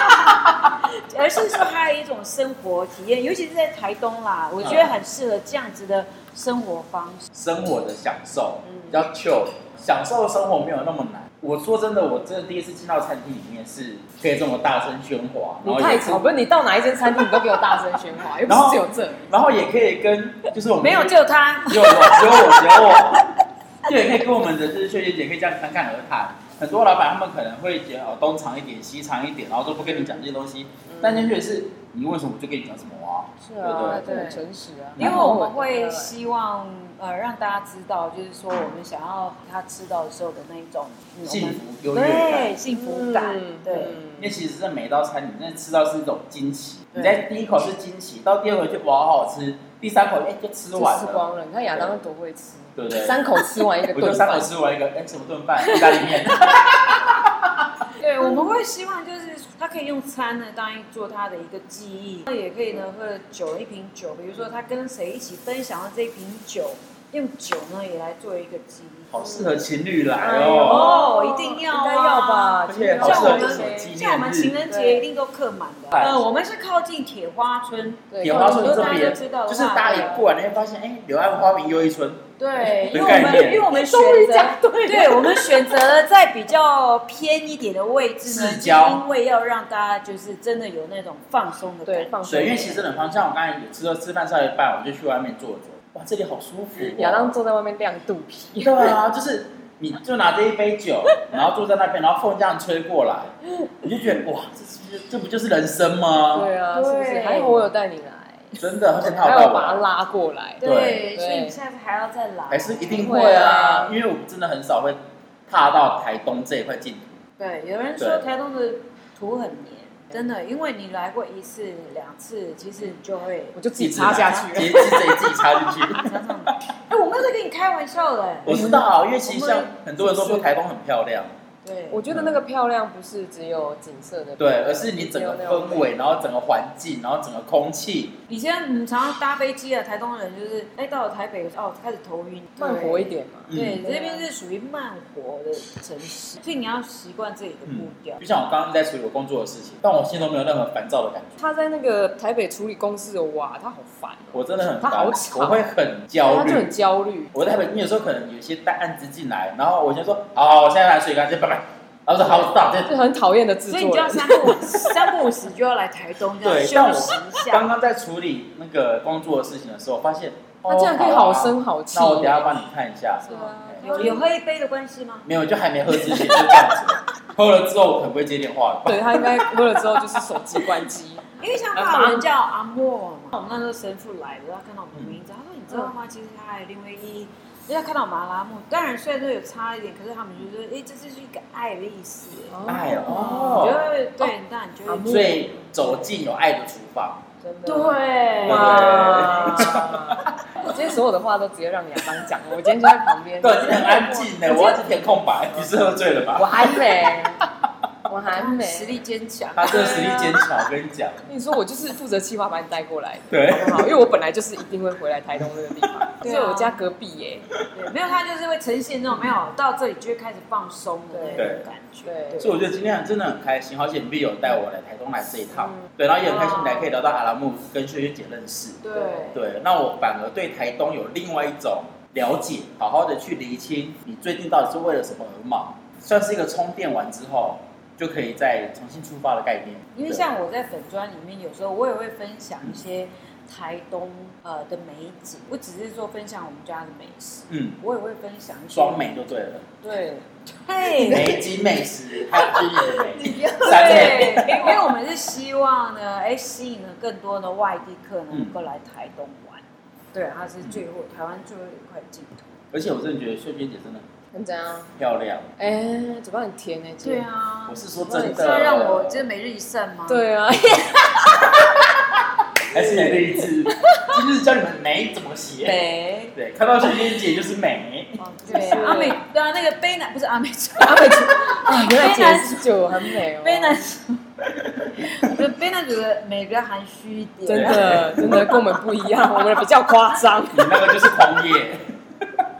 S3: 而是说还有一种生活体验，尤其是在台东啦，
S2: 嗯
S3: 我觉得很适合这样子的生活方式。
S2: 生活的享受，
S3: 嗯
S2: 比较 chill，享受生活没有那么难。我说真的，我真的第一次进到餐厅里面是可以这么大声喧哗，
S1: 你
S2: 然后
S1: 太
S2: 也
S1: 吵，不是你到哪一间餐厅，你都给我大声喧 哗，又不是只有这里。
S2: 然后也可以跟就是我们
S3: 没有，只有他。
S2: 只有我，只有我，只有我，就也可以跟我们的就是学姐姐可以这样侃侃而谈。很多老板他们可能会觉得哦东藏一点西藏一点，然后都不跟你讲这些东西。但进去是，你问什么我就跟你讲什么啊。
S1: 是啊，
S2: 对
S1: 这
S3: 对
S1: 很诚实啊，
S3: 因为我们会希望呃让大家知道，就是说我们想要他吃到的时候的那一种嗯
S2: 幸福
S3: 我
S2: 优
S3: 们
S2: 越感
S3: 对。幸福感，
S1: 嗯
S3: 对。
S2: 嗯因为其实这每一道菜，你真的吃到是一种惊奇。
S3: 对
S2: 你在第一口是惊奇，到第二口就哇好好吃，第三口哎、就吃
S1: 就
S2: 完
S1: 吃
S2: 了，
S1: 光了。你看亚当多会吃，
S2: 对不对？
S1: 三口吃完一个
S2: 我就
S1: 炖
S2: 三口
S1: 饭，
S2: 吃完一个哎、什么炖饭，意大利面，
S3: 对，我们会希望就是他可以用餐呢当一做他的一个记忆，那也可以呢喝了酒一瓶酒，比如说他跟谁一起分享了这一瓶酒，用酒呢也来做一个基底。
S2: 好适合情侣来
S1: 哎
S2: 哦，
S3: 哦，一定要、啊，
S1: 应该要吧？
S2: 而且
S1: 情
S2: 好
S1: 侣
S2: 适合
S3: 像我
S1: 对
S2: 这种
S3: 们
S2: 纪
S3: 像我
S2: 念
S3: 们情
S2: 日。
S3: 人节一定都客满的。
S2: 对
S3: 呃，我们是靠近铁花村，
S1: 对
S2: 铁花村
S3: 很多
S2: 这
S3: 大家
S2: 边
S3: 都知道
S2: 就是
S3: 的话
S2: 大家一过来，你会发现，哎，柳暗花明又一村，
S3: 对，
S2: 的
S3: 因为我
S2: 概
S3: 们
S2: 念
S3: 因为我们选
S1: 终于
S3: 择
S1: 讲对了
S3: 对，我们选择了在比较偏一点的位置呢，
S2: 市
S3: 是
S2: 郊
S3: 因为要让大家就是真的有那种放松的
S1: 对
S3: 感觉。
S1: 放松
S2: 水，因为其实真的很方向。我刚才也吃吃饭上一半，我就去外面坐坐，哇，这里好舒服哦。
S1: 亚当坐在外面晾肚皮，
S2: 对啊，就是你就拿着一杯酒，然后坐在那边，然后风这样吹过来，你就觉得哇，这是不是这不就是人生吗？
S1: 对啊，是不是？
S3: 对
S1: 还好我有带你来，
S2: 真的，而且他有
S1: 还
S2: 带
S1: 有把他
S2: 我，
S1: 拉过来，
S2: 对
S3: 所以你下次还要再来，
S2: 还是一定
S1: 会
S2: 会
S1: 啊
S2: 啊，因为我真的很少会踏到台东这一块净土。
S3: 对。有人说
S2: 对
S3: 台东的土很黏，真的，因为你来过一次两次，其实你就会
S1: 我就自己插下去了。
S2: 直接自己自己插进 去。
S3: 常常。哎，我没有在跟你开玩笑的。哎
S2: 我知道，啊因为其实像很多人都说台东很漂亮，
S3: 对，
S1: 我觉得那个漂亮不是只有景色的，
S2: 对，而是你整个氛围，然后整个环境，然后整个空气，
S3: 以前我们常常搭飞机啊，台东人就是哎到了台北哦开始头晕，
S1: 慢活一点嘛。
S3: 对，
S1: 嗯
S3: 这边是属于慢活的城市，所以你要习惯自己的步
S2: 嗯
S3: 调，。
S2: 就像我刚刚在处理我工作的事情，但我心中没有任何烦躁的感觉。
S1: 他在那个台北处理公司的，哇，他好烦哦，
S2: 我真的很
S1: 他
S2: 烦
S1: 好吵，
S2: 我会很焦
S1: 他就很
S2: 虑。
S1: 焦虑。
S2: 我在台北，你有时候可能有些带案子进来，然后我先说好，好我现在来水干，就拜拜。然后说好，我知道。
S1: 就
S2: 这
S1: 很讨厌的制
S3: 所以你
S1: 作
S3: 就要
S1: 人，
S3: 三不 五三不五时就要来台东这
S2: 对
S3: 样休息一
S2: 刚
S3: 下。
S2: 刚在处理那个工作的事情的时候，发现
S1: 他竟然可以好。
S2: 哦
S1: 声好气。
S2: 啊那我等一下帮你看一下。
S1: 是吗
S2: 对
S3: 有有喝一杯的关系
S1: 嗯
S3: 吗？
S2: 没有，就还没喝之前就这样子。喝了之后，我可能不会接电话了吧？
S1: 对他应该喝了之后就是手机关机，
S3: 因为像法文叫阿莫嘛，我们那时候神父来了，他看到我们的名字，他说你知道吗？其实他还有另外一，人家看到马拉木，当然虽然说有差一点，可是他们就说，哎，这就是一个爱的意思。
S2: 爱
S3: 你就
S2: 哦，
S3: 会对，那你就
S1: 哦阿
S3: 会
S1: 莫
S2: 所以走进有爱的厨房，
S1: 真的
S3: 对
S1: 哇！我今天所有的话都直接让亚当讲，我今天就在旁边，
S2: 对，今天很安静呢，我要是填空白。你是喝醉了
S1: 我
S2: 吧？
S1: 还没，我还 没
S3: 实力坚强。
S2: 他这实力坚强，我跟你讲，
S1: 跟你说，我就是负责计划把你带过来的，
S2: 对。
S1: 好 不好？因为我本来就是一定会回来台东这个地方，
S3: 对
S1: 所
S3: 啊
S1: 以我家隔壁耶。
S3: 对，没有，他就是会呈现那种没有到这里就会开始放松的那种感觉。
S1: 对，
S2: 所以我觉得今天真的很开心，好险 V 有带我来台东来这一趟，
S1: 嗯
S2: 对，然后也很开心来可以聊到阿拉木跟秀秀姐认识，
S3: 哦对
S2: 对，那我反而对台东有另外一种了解，好好的去厘清你最近到底是为了什么而忙，算是一个充电完之后就可以再重新出发的概念。
S3: 因为像我在粉砖里面，有时候我也会分享一些台东呃的美景，我只是说分享我们家的美食，
S2: 对嗯，
S3: 我也会分享一些
S2: 双，美就对了，
S1: 对，
S3: 对。
S2: 美景美食还有经营的美，三美
S3: 对，因为我们是希望呢，哎，吸引了更多的外地客呢能够来台东玩，对，它是最后台湾最后一块净土。
S2: 而且我真的觉得秀娟姐真的
S1: 很怎样？
S2: 很漂亮，
S1: 哎，嘴巴很甜哎，姐
S3: 对，啊，
S2: 我是说真
S3: 这
S2: 的，
S3: 让我这每日一善吗？
S1: 对啊，
S2: 还是你的一 次，这就是教你们美怎么写。
S1: 对。
S2: 对，看到秀娟姐就是美，
S3: 哦，对，阿美，对啊，那个卑南不是阿美 族，
S1: 阿美族啊，原来解释就很美哦，
S3: 卑南族，我觉得卑南族的美比较含蓄一点，
S1: 真的真的跟我们不一样，我们比较夸张。
S2: 你那个就是狂野。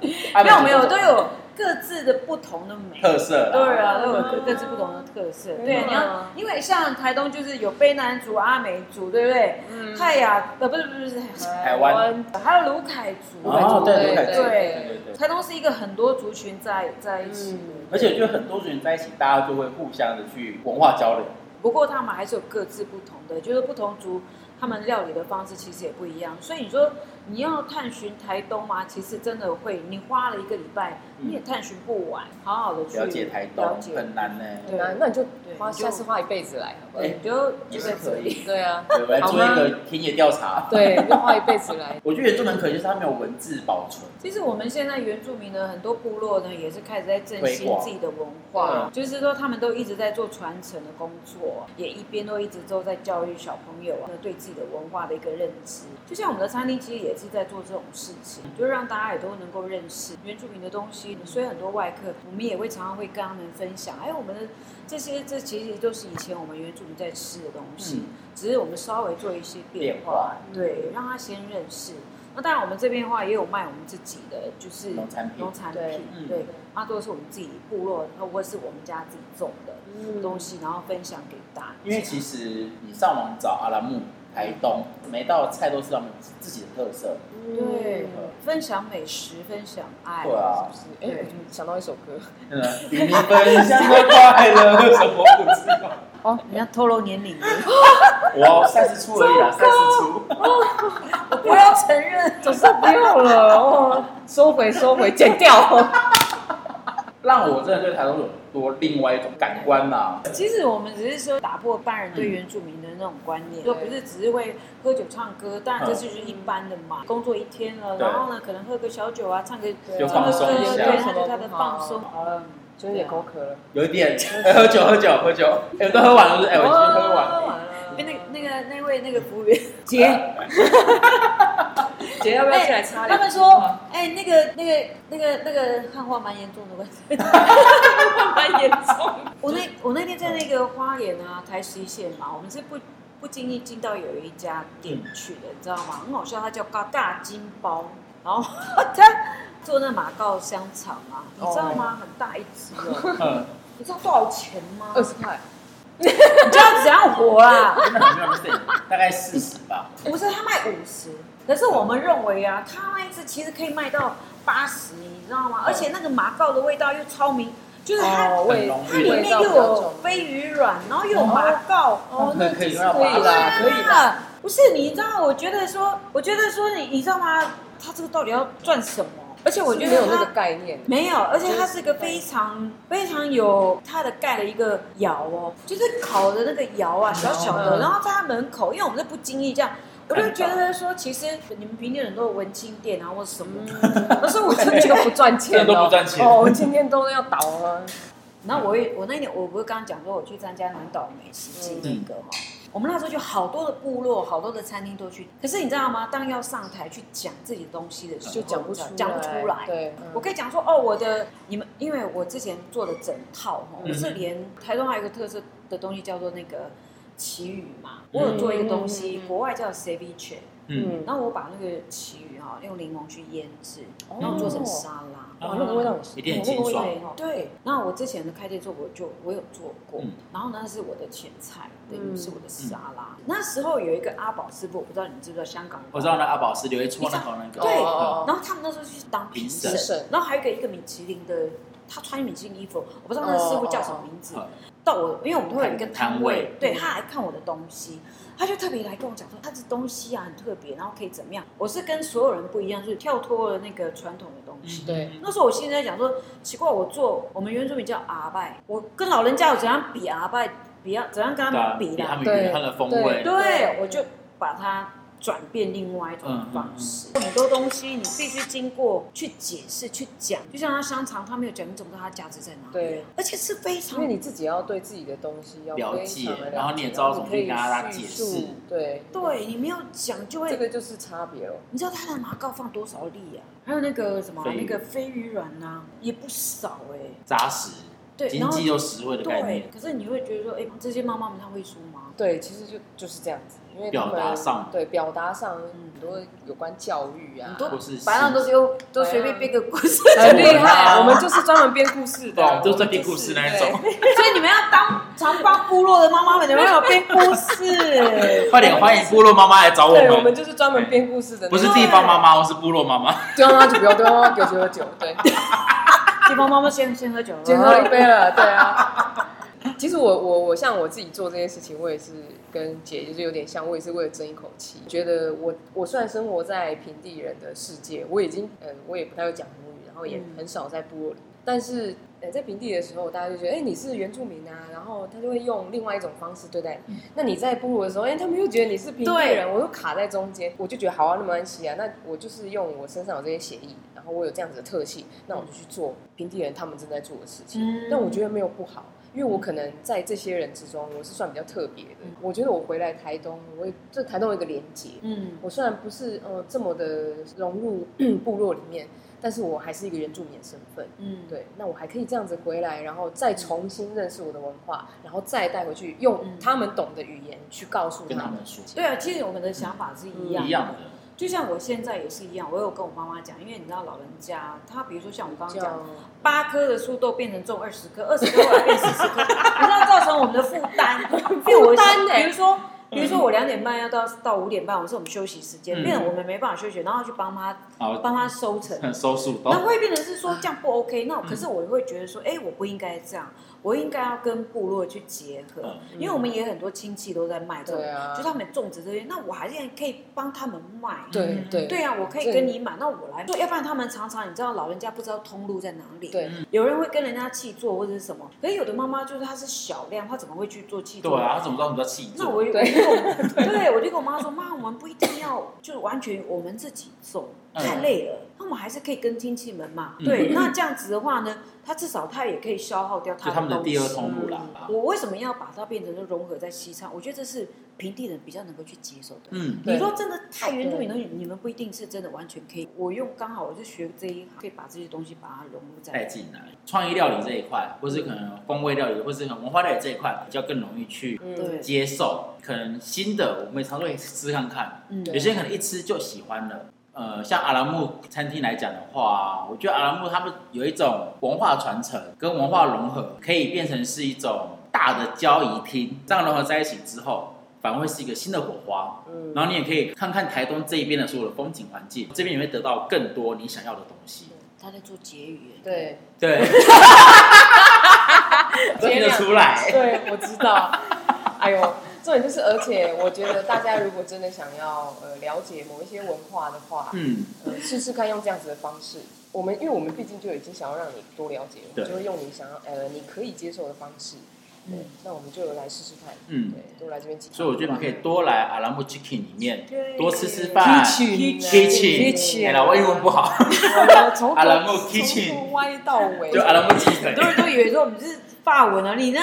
S3: 没有没
S1: 嗯
S3: 有都有各自的不同的美。
S2: 特色 啦。
S3: 对啊，都有各自不同的特色。
S1: 嗯
S3: 对啊，你要因为像台东就是有卑南族、阿美族，对不对？
S1: 嗯
S3: 泰雅呃不是不是不是，呃
S2: 台湾
S3: 还有卢凯族。
S1: 对
S2: 哦，对
S1: 对
S2: 对
S1: 对
S2: 对
S3: 对
S2: 对对对。
S3: 台东是一个很多族群在在一起，
S1: 嗯
S2: 而且就很多人在一起，大家就会互相的去文化交流。
S3: 不过他们还是有各自不同的，就是不同族他们料理的方式其实也不一样。所以你说你要探寻台东吗？其实真的会，你花了一个礼拜，
S2: 嗯
S3: 你也探寻不完，好好的去
S2: 了解台
S3: 了
S2: 东
S3: 解
S2: 很难呢。
S3: 对
S1: 那那你就花
S3: 对就
S1: 下次花一辈子来，好不好
S2: 哎
S3: 对，你就
S2: 也
S3: 就是在
S2: 可
S3: 这
S2: 以
S3: 里。
S1: 对啊，
S2: 对，我来做一
S1: 好
S2: 个田野调查。
S1: 对，就花一辈子来。
S2: 我觉得原住民可惜是它没有文字保存，
S3: 其实我们现在原住民的很多部落呢，也是开始在振
S2: 推
S3: 兴
S2: 广
S3: 自己的文
S2: 对
S3: 化，嗯就是说他们都一直在做传承的工作，也一边都一直都在教育小朋友啊，对自己的文化的一个认知。就像我们的餐厅其实也是在做这种事情，就让大家也都能够认识原住民的东西。所以很多外客，我们也会常常会跟他们分享，哎，我们的这些这其实都是以前我们原住民在吃的东西。
S2: 嗯，
S3: 只是我们稍微做一些变
S2: 变
S3: 化
S2: 化，
S3: 对，让他先认识。那当然，我们这边的话也有卖我们自己的，就是
S2: 农产品
S3: 农产
S1: 对
S3: 品，
S2: 嗯
S3: 对，那都是我们自己部落，然后或是我们家自己种的
S1: 嗯
S3: 东西，然后分享给大家。
S2: 因为其实你上网找阿拉木、台东，每道菜都是他们自己的特色。
S3: 对，分享美食，分享爱，
S2: 对啊
S1: 是不是？哎，我就想到一首歌，
S2: 嗯，与你分享的快乐，为什么不知道？
S3: 哦，人家透露年龄了，
S2: 我三十出而已啦，三十出。
S3: 我不要承认，
S1: 总是不用了哦，收回收回，剪掉。
S2: 让我真的对台东有多另外一种感官呐、
S3: 其实我们只是说打破一般人对原住民的那种观
S2: 嗯
S3: 念，就不是只是会喝酒唱歌，当然这就是一般的嘛。工作一天了，
S2: 对
S3: 然后呢，可能喝个小酒啊，唱个
S2: 就
S3: 唱
S2: 放
S3: 个
S2: 松
S3: 歌，
S2: 一下
S3: 对，他就他的放松。嗯，
S1: 就 有点口渴了，
S2: 有一点、哎喝 酒喝酒喝酒，哎、我都喝完了，是不
S1: 哦
S2: 是哎、我已经喝完了。
S1: 完
S3: 哎，
S1: 了。
S3: 那那个那位那个服务 员姐，
S1: 姐要不要进来擦
S3: 他
S1: 脸？嗯
S3: 们说，哎，那个那个那个那个汉化蛮严重的问题。
S1: 蛮严重。
S3: 我那我那天在那个花莲啊，台十一线嘛，我们是不不经意进到有一家店去的，你知道吗？很好笑，它叫嘎大金包，然后它做那马告香肠啊，你知道吗？很大一只哦，
S2: 嗯，
S3: 你知道多少钱吗？
S1: 二十块，
S3: 你知道怎样活啊啦？
S2: 真的很没有摄影，大概四十吧。
S3: 不是，他卖五十，可是我们认为啊，他那一只其实可以卖到八十，你知道吗？而且那个马告的味道又超明，就是它。
S1: 嗯哦，味
S3: 它里面又
S1: 味道比较
S3: 有
S1: 重
S3: 飞鱼卵，然后又有马告，
S1: 哦，那
S2: 嗯可以
S1: 其实
S2: 可以
S1: 可以啦，可以啦。
S3: 啦。不是，你知道？我觉得说，我觉得说你，你知道吗？他这个到底要赚什么？而且我觉
S1: 没有
S3: 得
S1: 那个
S3: 他
S1: 概念，
S3: 没有，而且它是一个非常非常有它的盖了一个窑哦，就是烤的那个窑啊，小小
S1: 嗯
S3: 的，然后在它门口，因为我们是不经意这样。我就觉得说，其实你们平地很多文青店啊，或什么，
S1: 嗯
S3: 可是我就
S1: 这
S3: 觉
S1: 个
S3: 得
S1: 不赚钱哦，
S2: 这个都不赚钱
S1: 哦，今天都要倒了。
S3: 然后我也我那年我不是刚刚讲说我去参加南岛美食季那个哈、
S1: 嗯
S3: 我们那时候就好多的部落，好多的餐厅都去。可是你知道吗？当要上台去讲自己的东西的时候，
S1: 就讲不出来，
S3: 讲不出来。
S1: 对，
S3: 我可以讲说哦，我的你们，因为我之前做的整套哈，
S2: 嗯
S3: 我是连台东还有一个特色的东西叫做那个旗语嘛，我有做一个东西，
S1: 嗯
S3: 国外叫 ceviche，
S2: 嗯，
S3: 然后我把那个旗语哈用柠檬去腌制，
S1: 哦
S3: 然后做成沙拉。
S1: 哇，哦那个味道很
S2: 一定很
S1: 那
S2: 清
S1: 个味道
S2: 爽。
S3: 对对，那我之前的开店做过，就我有做过，
S2: 嗯
S3: 然后那是我的前菜，等于
S1: 嗯
S3: 是我的沙拉。那时候有一个阿宝师傅，我不知道你知不知道香港人，
S2: 我知道那阿宝是刘一戳那头那个，嗯
S3: 对
S1: 哦
S3: 然后他们那时候去当评审
S2: 评
S1: 审，
S3: 然后还有一个一个米其林的，他穿米其林衣服，我不知道那个师傅叫什么名字
S2: 哦哦哦。
S3: 到我，因为我们会有一个
S2: 摊
S3: 摊
S2: 位
S3: 位，对他来看我的东西，他就特别来跟我讲说，他这东西啊很特别，然后可以怎么样？我是跟所有人不一样，就是跳脱了那个传统的东西。
S2: 嗯
S1: 对
S3: 那时候我心里在想说，奇怪，我做我们原住民叫阿拜，我跟老人家我怎样比阿拜，比啊怎样跟他
S2: 对啊
S3: 们比
S2: 他
S3: 啦？
S2: 们有他的风味，
S3: 对，我就把它转变另外一种方式。
S2: 嗯
S3: 很多东西你必须经过去解释、去讲，就像它香肠，它没有讲，你怎么知道它价值在哪里？
S1: 对，
S3: 而且是
S1: 因
S3: 非
S1: 为
S3: 常
S1: 你自己要对自己的东西要
S2: 了
S1: 非
S2: 解
S1: 常地了
S2: 然后你也知道怎么
S1: 可以
S2: 去跟他
S1: 叙
S2: 解
S1: 述
S2: 释
S1: 对，
S3: 对，你没有讲就
S1: 这
S3: 会。
S1: 个就是差别了。
S3: 你知道它的麻膏放多少粒啊？还有那个什么
S2: 鲱鱼
S3: 那个鲱鱼卵呐、也不少哎、
S2: 扎实，
S3: 对，
S2: 经
S3: 然后
S2: 济又实惠的概
S3: 对
S2: 念，，
S3: 可是你会觉得说，哎、这些妈妈们她会说吗？
S1: 对，其实就就是这样子，因为他们
S2: 表达上
S1: 对表达上
S3: 嗯
S1: 很多有关教育啊，
S3: 很多
S2: 或是
S3: 白浪都是用都随
S2: 啊
S3: 便编个故事，
S1: 很厉
S2: 对啊
S1: 害，我们就是专门编故事
S2: 对，啊
S1: 的，
S2: 我们都在
S1: 我们
S2: 编故事那一种。
S3: 所以你们要当常帮部落的妈妈们，你们要编故事。
S2: 快点欢迎部落妈妈来找我
S1: 对，对我们
S2: 们，
S1: 就是专门编故事的那
S2: 不
S1: 种，
S2: 是地方妈妈，我是部落妈妈。
S1: 丢啊就不要丢啊九九九， 对，
S3: 地方妈妈先先喝酒了，
S1: 先喝一杯了，对啊。其实我我我像我自己做这件事情，我也是跟姐就是有点像，我也是为了争一口气。觉得我我虽然生活在平地人的世界，我已经嗯我也不太会讲母语，然后也
S3: 嗯
S1: 很少在部落里，但是呃在平地的时候，大家就觉得哎、你是原住民啊，然后他就会用另外一种方式对待你。那你在部落的时候，哎、他们又觉得你是平地
S3: 对
S1: 人，我又卡在中间，我就觉得好啊，那没关系啊，那我就是用我身上有这些协议，然后我有这样子的特性，那我就去做平地人他们正在做的事情。
S3: 嗯
S1: 但我觉得没有不好，因为我可能在这些人之中，我是算比较特别的。
S3: 嗯
S1: 我觉得我回来台东，我也这台东有一个连接，
S3: 嗯，
S1: 我虽然不是呃这么的融入部落里面，但是我还是一个原住民的身份。
S3: 嗯，
S1: 对，那我还可以这样子回来，然后再重新认识我的文化，然后再带回去，用
S3: 嗯
S1: 他们懂的语言去告诉
S2: 跟
S1: 他
S2: 他
S1: 们
S2: 们。说
S3: 对啊，其实我们的想法是一样，
S2: 一样的，
S3: 就像我现在也是一样，我有跟我妈妈讲，因为你知道老人家，他比如说像我刚刚讲
S1: 叫，
S3: 八颗的书都变成重二十颗，二十颗后来变四十 颗，你知道造成我们的负 担，嗯因为我
S1: 负担欸
S3: 比如说。比如说我两点半要到到五点半，我们是我们休息时
S2: 嗯
S3: 间，变成我们没办法休息，然后去帮他
S2: 好，
S3: 帮他收成，
S2: 很收束都
S1: 哦
S3: 那会变成是说这样不
S1: 嗯
S3: OK，那我可是我会觉得说，哎、我不应该这样，我应该要跟部落去结合，
S2: 嗯
S3: 因为我们也很多亲戚都在卖这种，
S1: 对啊
S3: 就他们种植这些，那我还是可以帮他们卖。
S1: 对对
S3: 对啊，我可以
S1: 对
S3: 跟你买，那我来做，要不然他们常常你知道老人家不知道通路在哪里，，
S1: 对
S3: 有人会跟人家气做或者是什么，可是有的妈妈就是她是小量，她怎么会去做气
S2: 对
S3: 做？
S2: 啊，他怎么知道什么叫气
S3: 那
S2: 座？
S3: 我就我就跟我对，我就跟我妈说，妈，我们不一定要就完全我们自己种，
S2: 嗯
S3: 太累了，那我们还是可以跟亲戚们嘛。
S2: 嗯
S3: 对，那这样子的话呢，他至少他也可以消耗掉
S2: 就他们的
S3: 东
S2: 第二
S3: 西。
S2: 通路啦。
S3: 我为什么要把它变成是融合在西餐？我觉得这是平地人比较能够去接受的。
S2: 嗯，
S1: 对
S3: 你说真的太原住民
S1: 对
S3: 东西，你们不一定是真的完全可以。我用刚好我就学这一行，可以把这些东西把它融入
S2: 带
S3: 在。
S2: 进来创意料理这一块，或是可能风味料理，或是可能文化料理这一块，比较更容易去
S1: 嗯
S3: 对，
S2: 接受。可能新的我们也常常会吃看看，
S3: 嗯，
S2: 有些人可能一吃就喜欢了。呃，像阿拉木餐厅来讲的话，我觉得阿拉木他们有一种文化传承跟文化融合，可以变成是一种大的交谊厅，这样融合在一起之后，反而会是一个新的火花。
S1: 嗯
S2: 然后你也可以看看台东这一边的所有的风景环境，这边也会得到更多你想要的东西。
S3: 他在做结语。
S1: 对
S2: 对， 都听得出来。
S1: 对，我知道。 哎呦，重点就是，而且我觉得大家如果真的想要呃了解某一些文化的话，
S2: 嗯，
S1: 呃，试试看用这样子的方式。我们因为我们毕竟就已经想要让你多了解，我
S2: 对
S1: 们就会用你想要呃你可以接受的方式。对
S3: 嗯，
S1: 那我们就来试试看。
S2: 嗯
S1: 对，都来这边几趟。
S2: 所以我觉得你可以多来阿拉木 Chicken 里面
S3: 对
S2: 多吃吃饭
S1: Kitchen
S2: ，Kitchen。哎啦，我英文不好。
S1: 啊我从头
S2: 阿拉木
S1: 从
S2: kitchen
S1: 头歪到尾，
S2: 就阿拉木鸡腿
S3: 很多。人都以为说我们是法文啊，你那、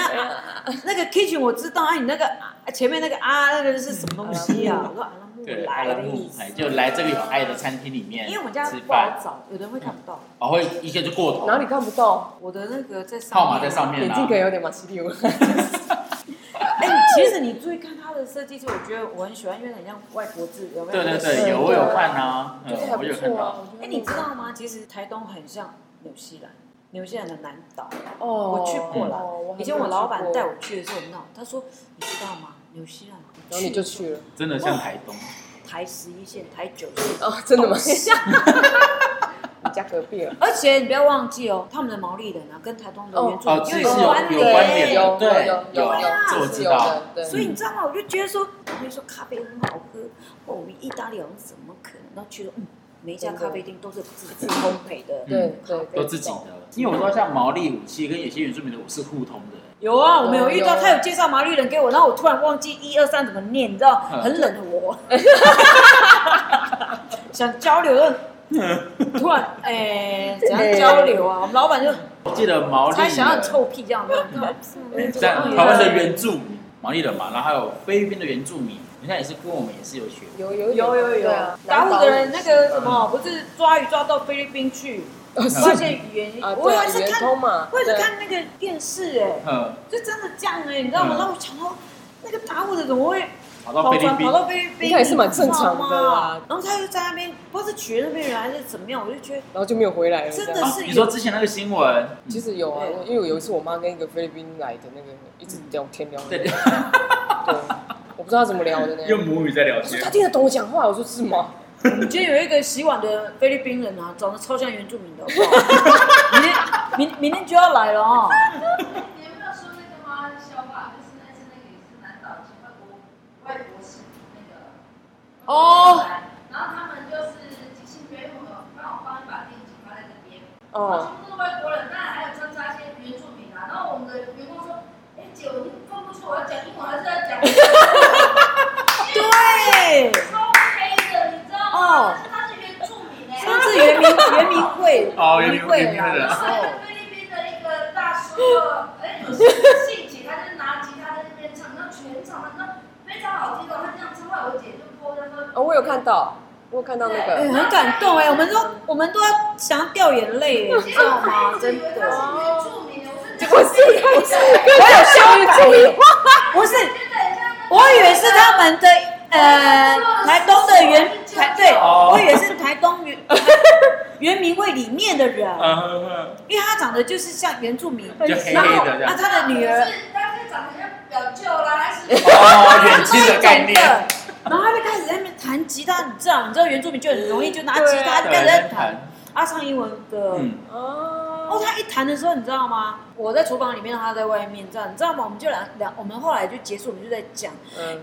S3: 那个 kitchen 我知道啊，你那个啊前面那个啊那个是什么东西啊？
S1: 嗯
S3: 我说阿拉木
S2: 对，阿
S3: 来
S2: 拉
S3: 的
S2: 木
S3: 意思
S2: 哎，，就来这个有爱的餐厅里面
S3: 因为我们家
S2: 吃
S3: 不好
S2: 饭，
S3: 找，有的人会看不到。
S2: 哦，会一个就过头，
S1: 哪里看不到？
S3: 我的那个在上面
S2: 号码在上。面啊嗯
S1: 眼
S2: 啦、
S1: 睛可能有点马西利文。
S3: 哎、其实你注意看它的设计图，我觉得我很喜欢，因为很像外国字，有没有？
S2: 对对
S1: 对
S2: 对，有我有看啊，
S1: 就是
S2: 嗯，
S1: 还
S2: 我
S1: 不
S2: 有看
S1: 错
S2: 到。
S1: 啊。我觉得
S3: 哎、你知道吗？其实台东很像纽西兰，纽西兰的南岛。
S1: 哦，
S3: 我去过了
S1: 哦我还没有
S3: 以前我老板
S1: 去过
S3: 带我去的时候，你知道，他说你知道吗？纽西兰，
S1: 然后你就去了。
S2: 真的像台东，
S3: 台十一线、台九线，
S1: 哦，真的吗？
S3: 东西
S1: 你家隔 壁了。
S3: 而且你不要忘记哦，他们的毛利人啊，跟台东的原住
S2: 哦，
S3: 民
S2: 其实
S3: 就是
S2: 有
S1: 有
S3: 关
S2: 有
S1: 有
S2: 关
S1: 联
S2: 联
S1: 有
S2: 的，对，
S1: 有有
S2: 有
S1: 有
S2: 这我
S1: 是
S2: 知
S1: 有
S2: 道嗯
S1: 的，对
S3: 所以你知道吗？我就觉得说，我就说咖啡很好喝，哦，我们意大利好像怎么可能？然后去了，嗯，每一家咖啡厅都是自自烘焙
S2: 嗯
S3: 的，
S1: 对对对
S2: 都自己的。因为我说像毛利武器跟有些原住民的我是互通的，
S3: 有啊，我们有遇到
S1: 有有
S3: 他有介绍毛利人给我，然后我突然忘记一二三怎么念，你知道，
S2: 嗯
S3: 很冷的 我，想交流的，突然哎，怎样交流啊？我们老板就
S2: 我记得毛利
S3: 他
S2: 人，
S3: 想要臭屁这样的，
S1: 嗯
S2: 像台湾的原住民毛利人嘛，然后还有菲律宾的原住民，你看也是跟我们也是有血缘，
S1: 嗯有有啊
S3: 有有有，打虎的人那个什么，不是抓鱼抓到菲律宾去，
S2: 哦
S3: 发现语言，
S1: 啊，
S3: 我
S1: 对
S3: 也
S1: 啊，
S3: 是
S1: 圆
S3: 看，
S1: 通嘛，
S3: 我也是
S1: 对，
S3: 看那个电视哎，
S2: 嗯，
S3: 就真的这样哎，你知道吗？
S2: 嗯
S3: 让我想到那个打虎的怎么会
S2: 跑到
S3: 跑
S2: 菲律
S3: 船
S2: 宾
S3: 跑，到菲律宾，
S1: 应该也是蛮正常的啊
S3: 你知道吗然后他又在那边，不知道是娶那边人还是怎么样，我就觉得
S1: 然后就没有回来了。
S3: 真
S1: 这
S3: 的
S1: 样
S2: 啊
S3: 是
S2: 你说之前那个新闻，
S1: 其实有啊，
S3: 对
S1: 我因为我有一次我妈跟一个菲律宾来的那个一直聊天聊，
S2: 对
S1: 对，我不知道她怎么聊 的呢。
S2: 用母语在聊
S1: 我说
S2: 天
S1: 她，听得懂我讲话，我说是吗？
S3: 我觉得有一个洗碗的菲律宾人啊，长得超像原住民的，好不好明天 明明天就要来了 哦。
S4: 你有没有说那个吗？笑话就是那是那个也是南岛籍外国外国系那个
S1: 哦，
S4: 然后他们就是即兴表演，我让我帮你把电影放在这边，然
S1: 哦，
S4: 后全部都是外国人，那还有穿插一些原住民啊。然后我们的员工说：“哎姐，我分不出我要讲英文还是要讲
S1: 哦
S3: 对，
S4: 超黑的，你知道吗？但是他是原住民哎，
S3: 上次原民原民会，
S2: 哦
S3: 原
S2: 原
S3: 民
S2: 民
S3: 会啊
S2: 原民会的
S3: 来的时
S4: 然后
S3: 候，
S4: 菲律宾的一个大叔的，哎，有性情，他就拿吉他在那边唱，那全场那个非常好听的，他这样唱，后来我姐就泼他说，
S1: 哦，我有看到，我有看到那
S3: 哎、
S1: 个，
S3: 很感动哎、我们都我们都要想要掉眼泪，你
S4: 结
S3: 知
S4: 果
S3: 道
S4: 他
S3: 吗？
S4: 一直
S3: 真
S4: 以为
S3: 的，哦
S4: 他是原住民，我说你
S1: 结果是
S4: 菲律宾
S1: 我
S4: 的，
S1: 有修改，
S3: 不是，
S4: 真的很像那个
S3: 我以为是他们的呃，台东的原台对，
S2: 哦
S3: 我以为是台 东原台原民会里面的人，
S2: 嗯，
S3: 因为他长得就是像原住民，
S2: 就黑黑
S3: 然后
S2: 的这
S3: 啊，
S2: 样。
S3: 他的女儿
S4: 哦是，但是长得像表舅啦，还是
S2: 哦，远近的概
S3: 真
S2: 念，
S3: 的然后他就开始在那边弹吉他，你知道，你知道原住民就很容易就拿吉
S1: 对
S3: 他
S1: 啊
S3: 就开始在
S2: 对，
S3: 弹，啊，唱英文歌，
S2: 嗯，
S3: 哦，
S1: 哦，
S3: 他一弹的时候，你知道吗？我在厨房里面，他在外面，这样你知道吗？我们就两两，我们后来就结束，我们就在讲，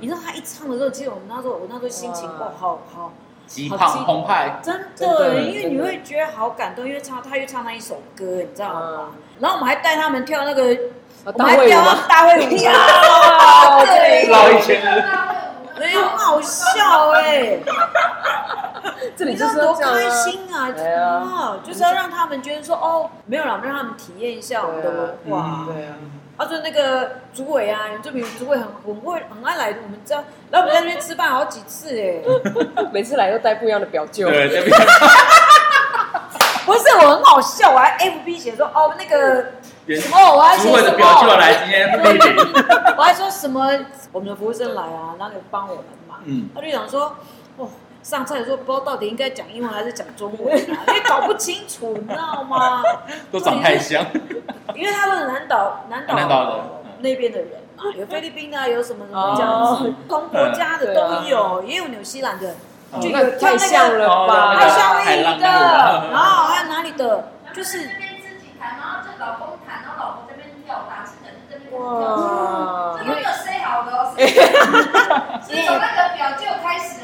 S3: 你
S1: 嗯，
S3: 知道他一唱的时候，其实我们那时候我那时候心情
S1: 哇
S3: 哦，好好，
S2: 极胖澎湃，
S3: 真
S1: 真
S3: 的，
S1: 的
S3: 因为
S1: 真
S3: 你
S1: 的
S3: 会觉得好感动，因为唱他又唱那一首歌，你知道吗？
S1: 嗯
S3: 然后我们还带他们跳那个，
S1: 啊
S3: 我们还跳
S1: 吗？
S3: 大会舞 啊，
S1: 哇
S3: 对
S2: 绕一圈，
S3: 哎呦，很好笑哎，
S1: 这
S3: 你
S1: 里就
S3: 知道
S1: 是要
S3: 多
S1: 这样啊
S3: 开，心啊！
S1: 哎呀
S3: 啊，就是要让他们觉得说哦，没有啦，让他们体验一下我们的文化。
S2: 嗯
S1: 对啊，
S3: 他说那个主委啊，原住民主委很很会很爱来我们家，然后我们在那边吃饭好几次 哎、
S1: 每次来都带不一样的表舅，
S2: 对，这边
S3: 不是我很好笑，我还 FB 写说哦那个
S2: 原
S3: 什哦么我还写
S2: 主委
S3: 什
S2: 的表舅
S3: 么，
S2: 来今天莅临，
S3: 我还说什么我们的服务生来啊，然后可以帮我们嘛。
S2: 嗯，
S3: 他就想说哦上菜的时候不知道到底应该讲英文还是讲中 文啊，因为搞不清楚，你知道吗？
S2: 都长太像，
S3: 因为他们南岛南岛
S2: 南岛的嗯
S3: 那边的人嘛，有菲律宾的啊，有什么什么这样子
S1: 哦，
S3: 不同国家的
S1: 嗯
S3: 都有，也有纽西兰的，
S2: 嗯
S3: 就有
S1: 哦那
S3: 跳
S1: 太
S3: 那
S1: 像
S3: 个
S1: 了
S2: 哦
S1: 吧？
S2: 那
S3: 还
S2: 个
S3: 有夏威夷
S2: 海浪
S3: 的，
S2: 那嗯个
S3: 然后还有哪里的，就是
S4: 这边自己弹，然后就老公弹，然后老婆这边跳，打是等是这边跳，
S1: 哇
S4: 这，都没有 say 好的哦，是从那个表舅开始，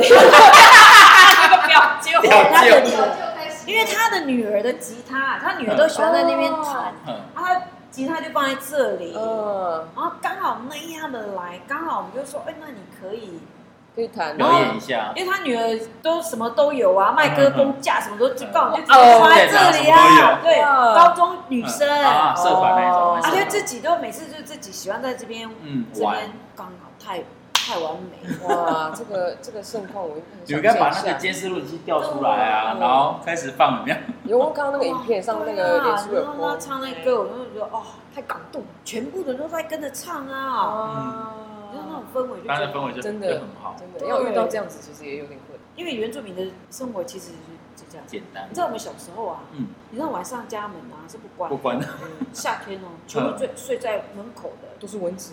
S3: 表舅
S2: 表
S3: 他
S2: 舅
S3: 的
S4: 表
S3: 女儿，
S4: 舅开始，
S3: 因为他的女儿的吉他，他女儿都喜欢在那边弹，
S2: 嗯，
S3: 啊，他吉他就放在这里。
S1: 嗯，
S3: 然后刚好那一天他们来，刚好我们就说，哎，那你可以
S1: 可以谈
S2: 表演一下，
S3: 因为他女儿都什么都有啊，麦克风架什么都知道，就
S1: 哦
S3: 放在这里啊。对，
S1: 嗯
S3: 高中女生，
S2: 啊，
S3: 啊，
S2: 社团那一种，
S3: 就自己都每次就自己喜欢在这边
S2: 嗯
S3: 这
S2: 玩
S3: 边，刚好太太完美
S1: 嗯
S3: 了。
S1: 哇，这个这个盛况我很
S2: 你
S1: 想
S2: 应该把那
S1: 见一
S2: 个
S1: 下
S2: 监视录影机调出来啊，然后开始放，有没有？
S1: 有我刚刚那个影片上那个
S3: 对
S1: 脸
S3: 啊
S1: 书有
S3: 然后
S1: 播
S3: 他唱那歌，我就觉得哦，太感动了，全部的都在跟着唱啊，
S2: 嗯
S1: 啊
S3: 你知道那种氛围就
S2: 刚
S3: 觉
S2: 才氛
S3: 得，
S2: 围就
S1: 真
S2: 就
S1: 的
S2: 很好，
S1: 真的要遇到这样子其实也有点困难。
S3: 因为原住民的生活其实是这样。
S2: 简单
S3: 你，知道我们小时候啊，
S2: 嗯，
S3: 你知道晚上家门啊是不关
S2: 不嗯
S3: 的，
S2: 管，
S3: 夏天哦，全部睡睡在门口的。
S1: 都是蚊子，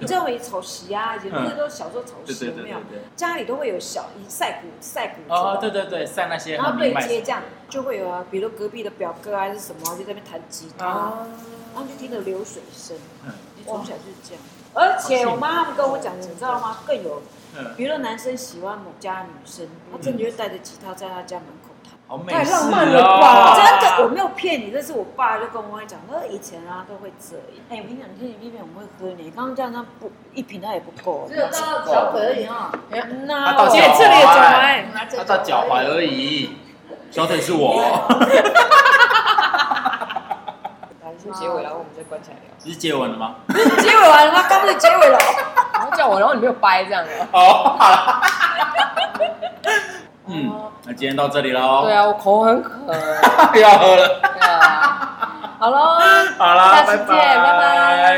S3: 你知道我以前草席啊，以前不是都小时候草
S2: 对嗯
S3: 席
S2: 对
S3: 有
S2: 对
S3: 没
S2: 对
S3: 有？
S2: 对，
S3: 家里都会有小一晒谷晒谷子
S2: 哦，对对对，散那些
S3: 然后
S2: 很
S3: 对
S2: 明白，
S3: 接这样就会有啊，比如隔壁的表哥啊还是什么啊，就在那边弹吉他，
S2: 哦
S1: 啊，
S3: 然后就听着流水声，
S2: 嗯
S3: 就从小就是这样。而且我妈他们跟我讲，你知道吗？更有，
S2: 嗯，
S3: 比如男生喜欢某家女生，他真的就带着吉他在他家门口弹。
S2: 好美
S1: 太
S2: 式
S1: 浪漫了
S2: 哦
S1: 吧，
S3: 真的，我没有骗你，这是我爸就跟我讲，他说以前啊都会这样。哎、我跟你讲，你看你妹妹很会喝呢，刚刚这样他不一瓶他也不够
S4: 只。有到小腿而已啊，
S3: 那
S2: 他到
S3: 我
S2: 脚
S1: 哎这里也讲
S2: 踝，
S1: 哎，
S2: 他到脚踝而已，小腿是我，
S1: 来先结尾，然后我们再关起来聊。
S2: 是接吻了吗？
S3: 结尾完了吗？刚不是结尾了？
S1: 然后叫我，然后你没有掰这样啊？
S2: 哦，好了， 嗯，那今天到这里喽，
S1: 对啊，我口很渴。
S2: 要喝了，
S1: 对啊，好喽。
S2: 好了，
S1: 下次见
S2: 拜
S1: 拜拜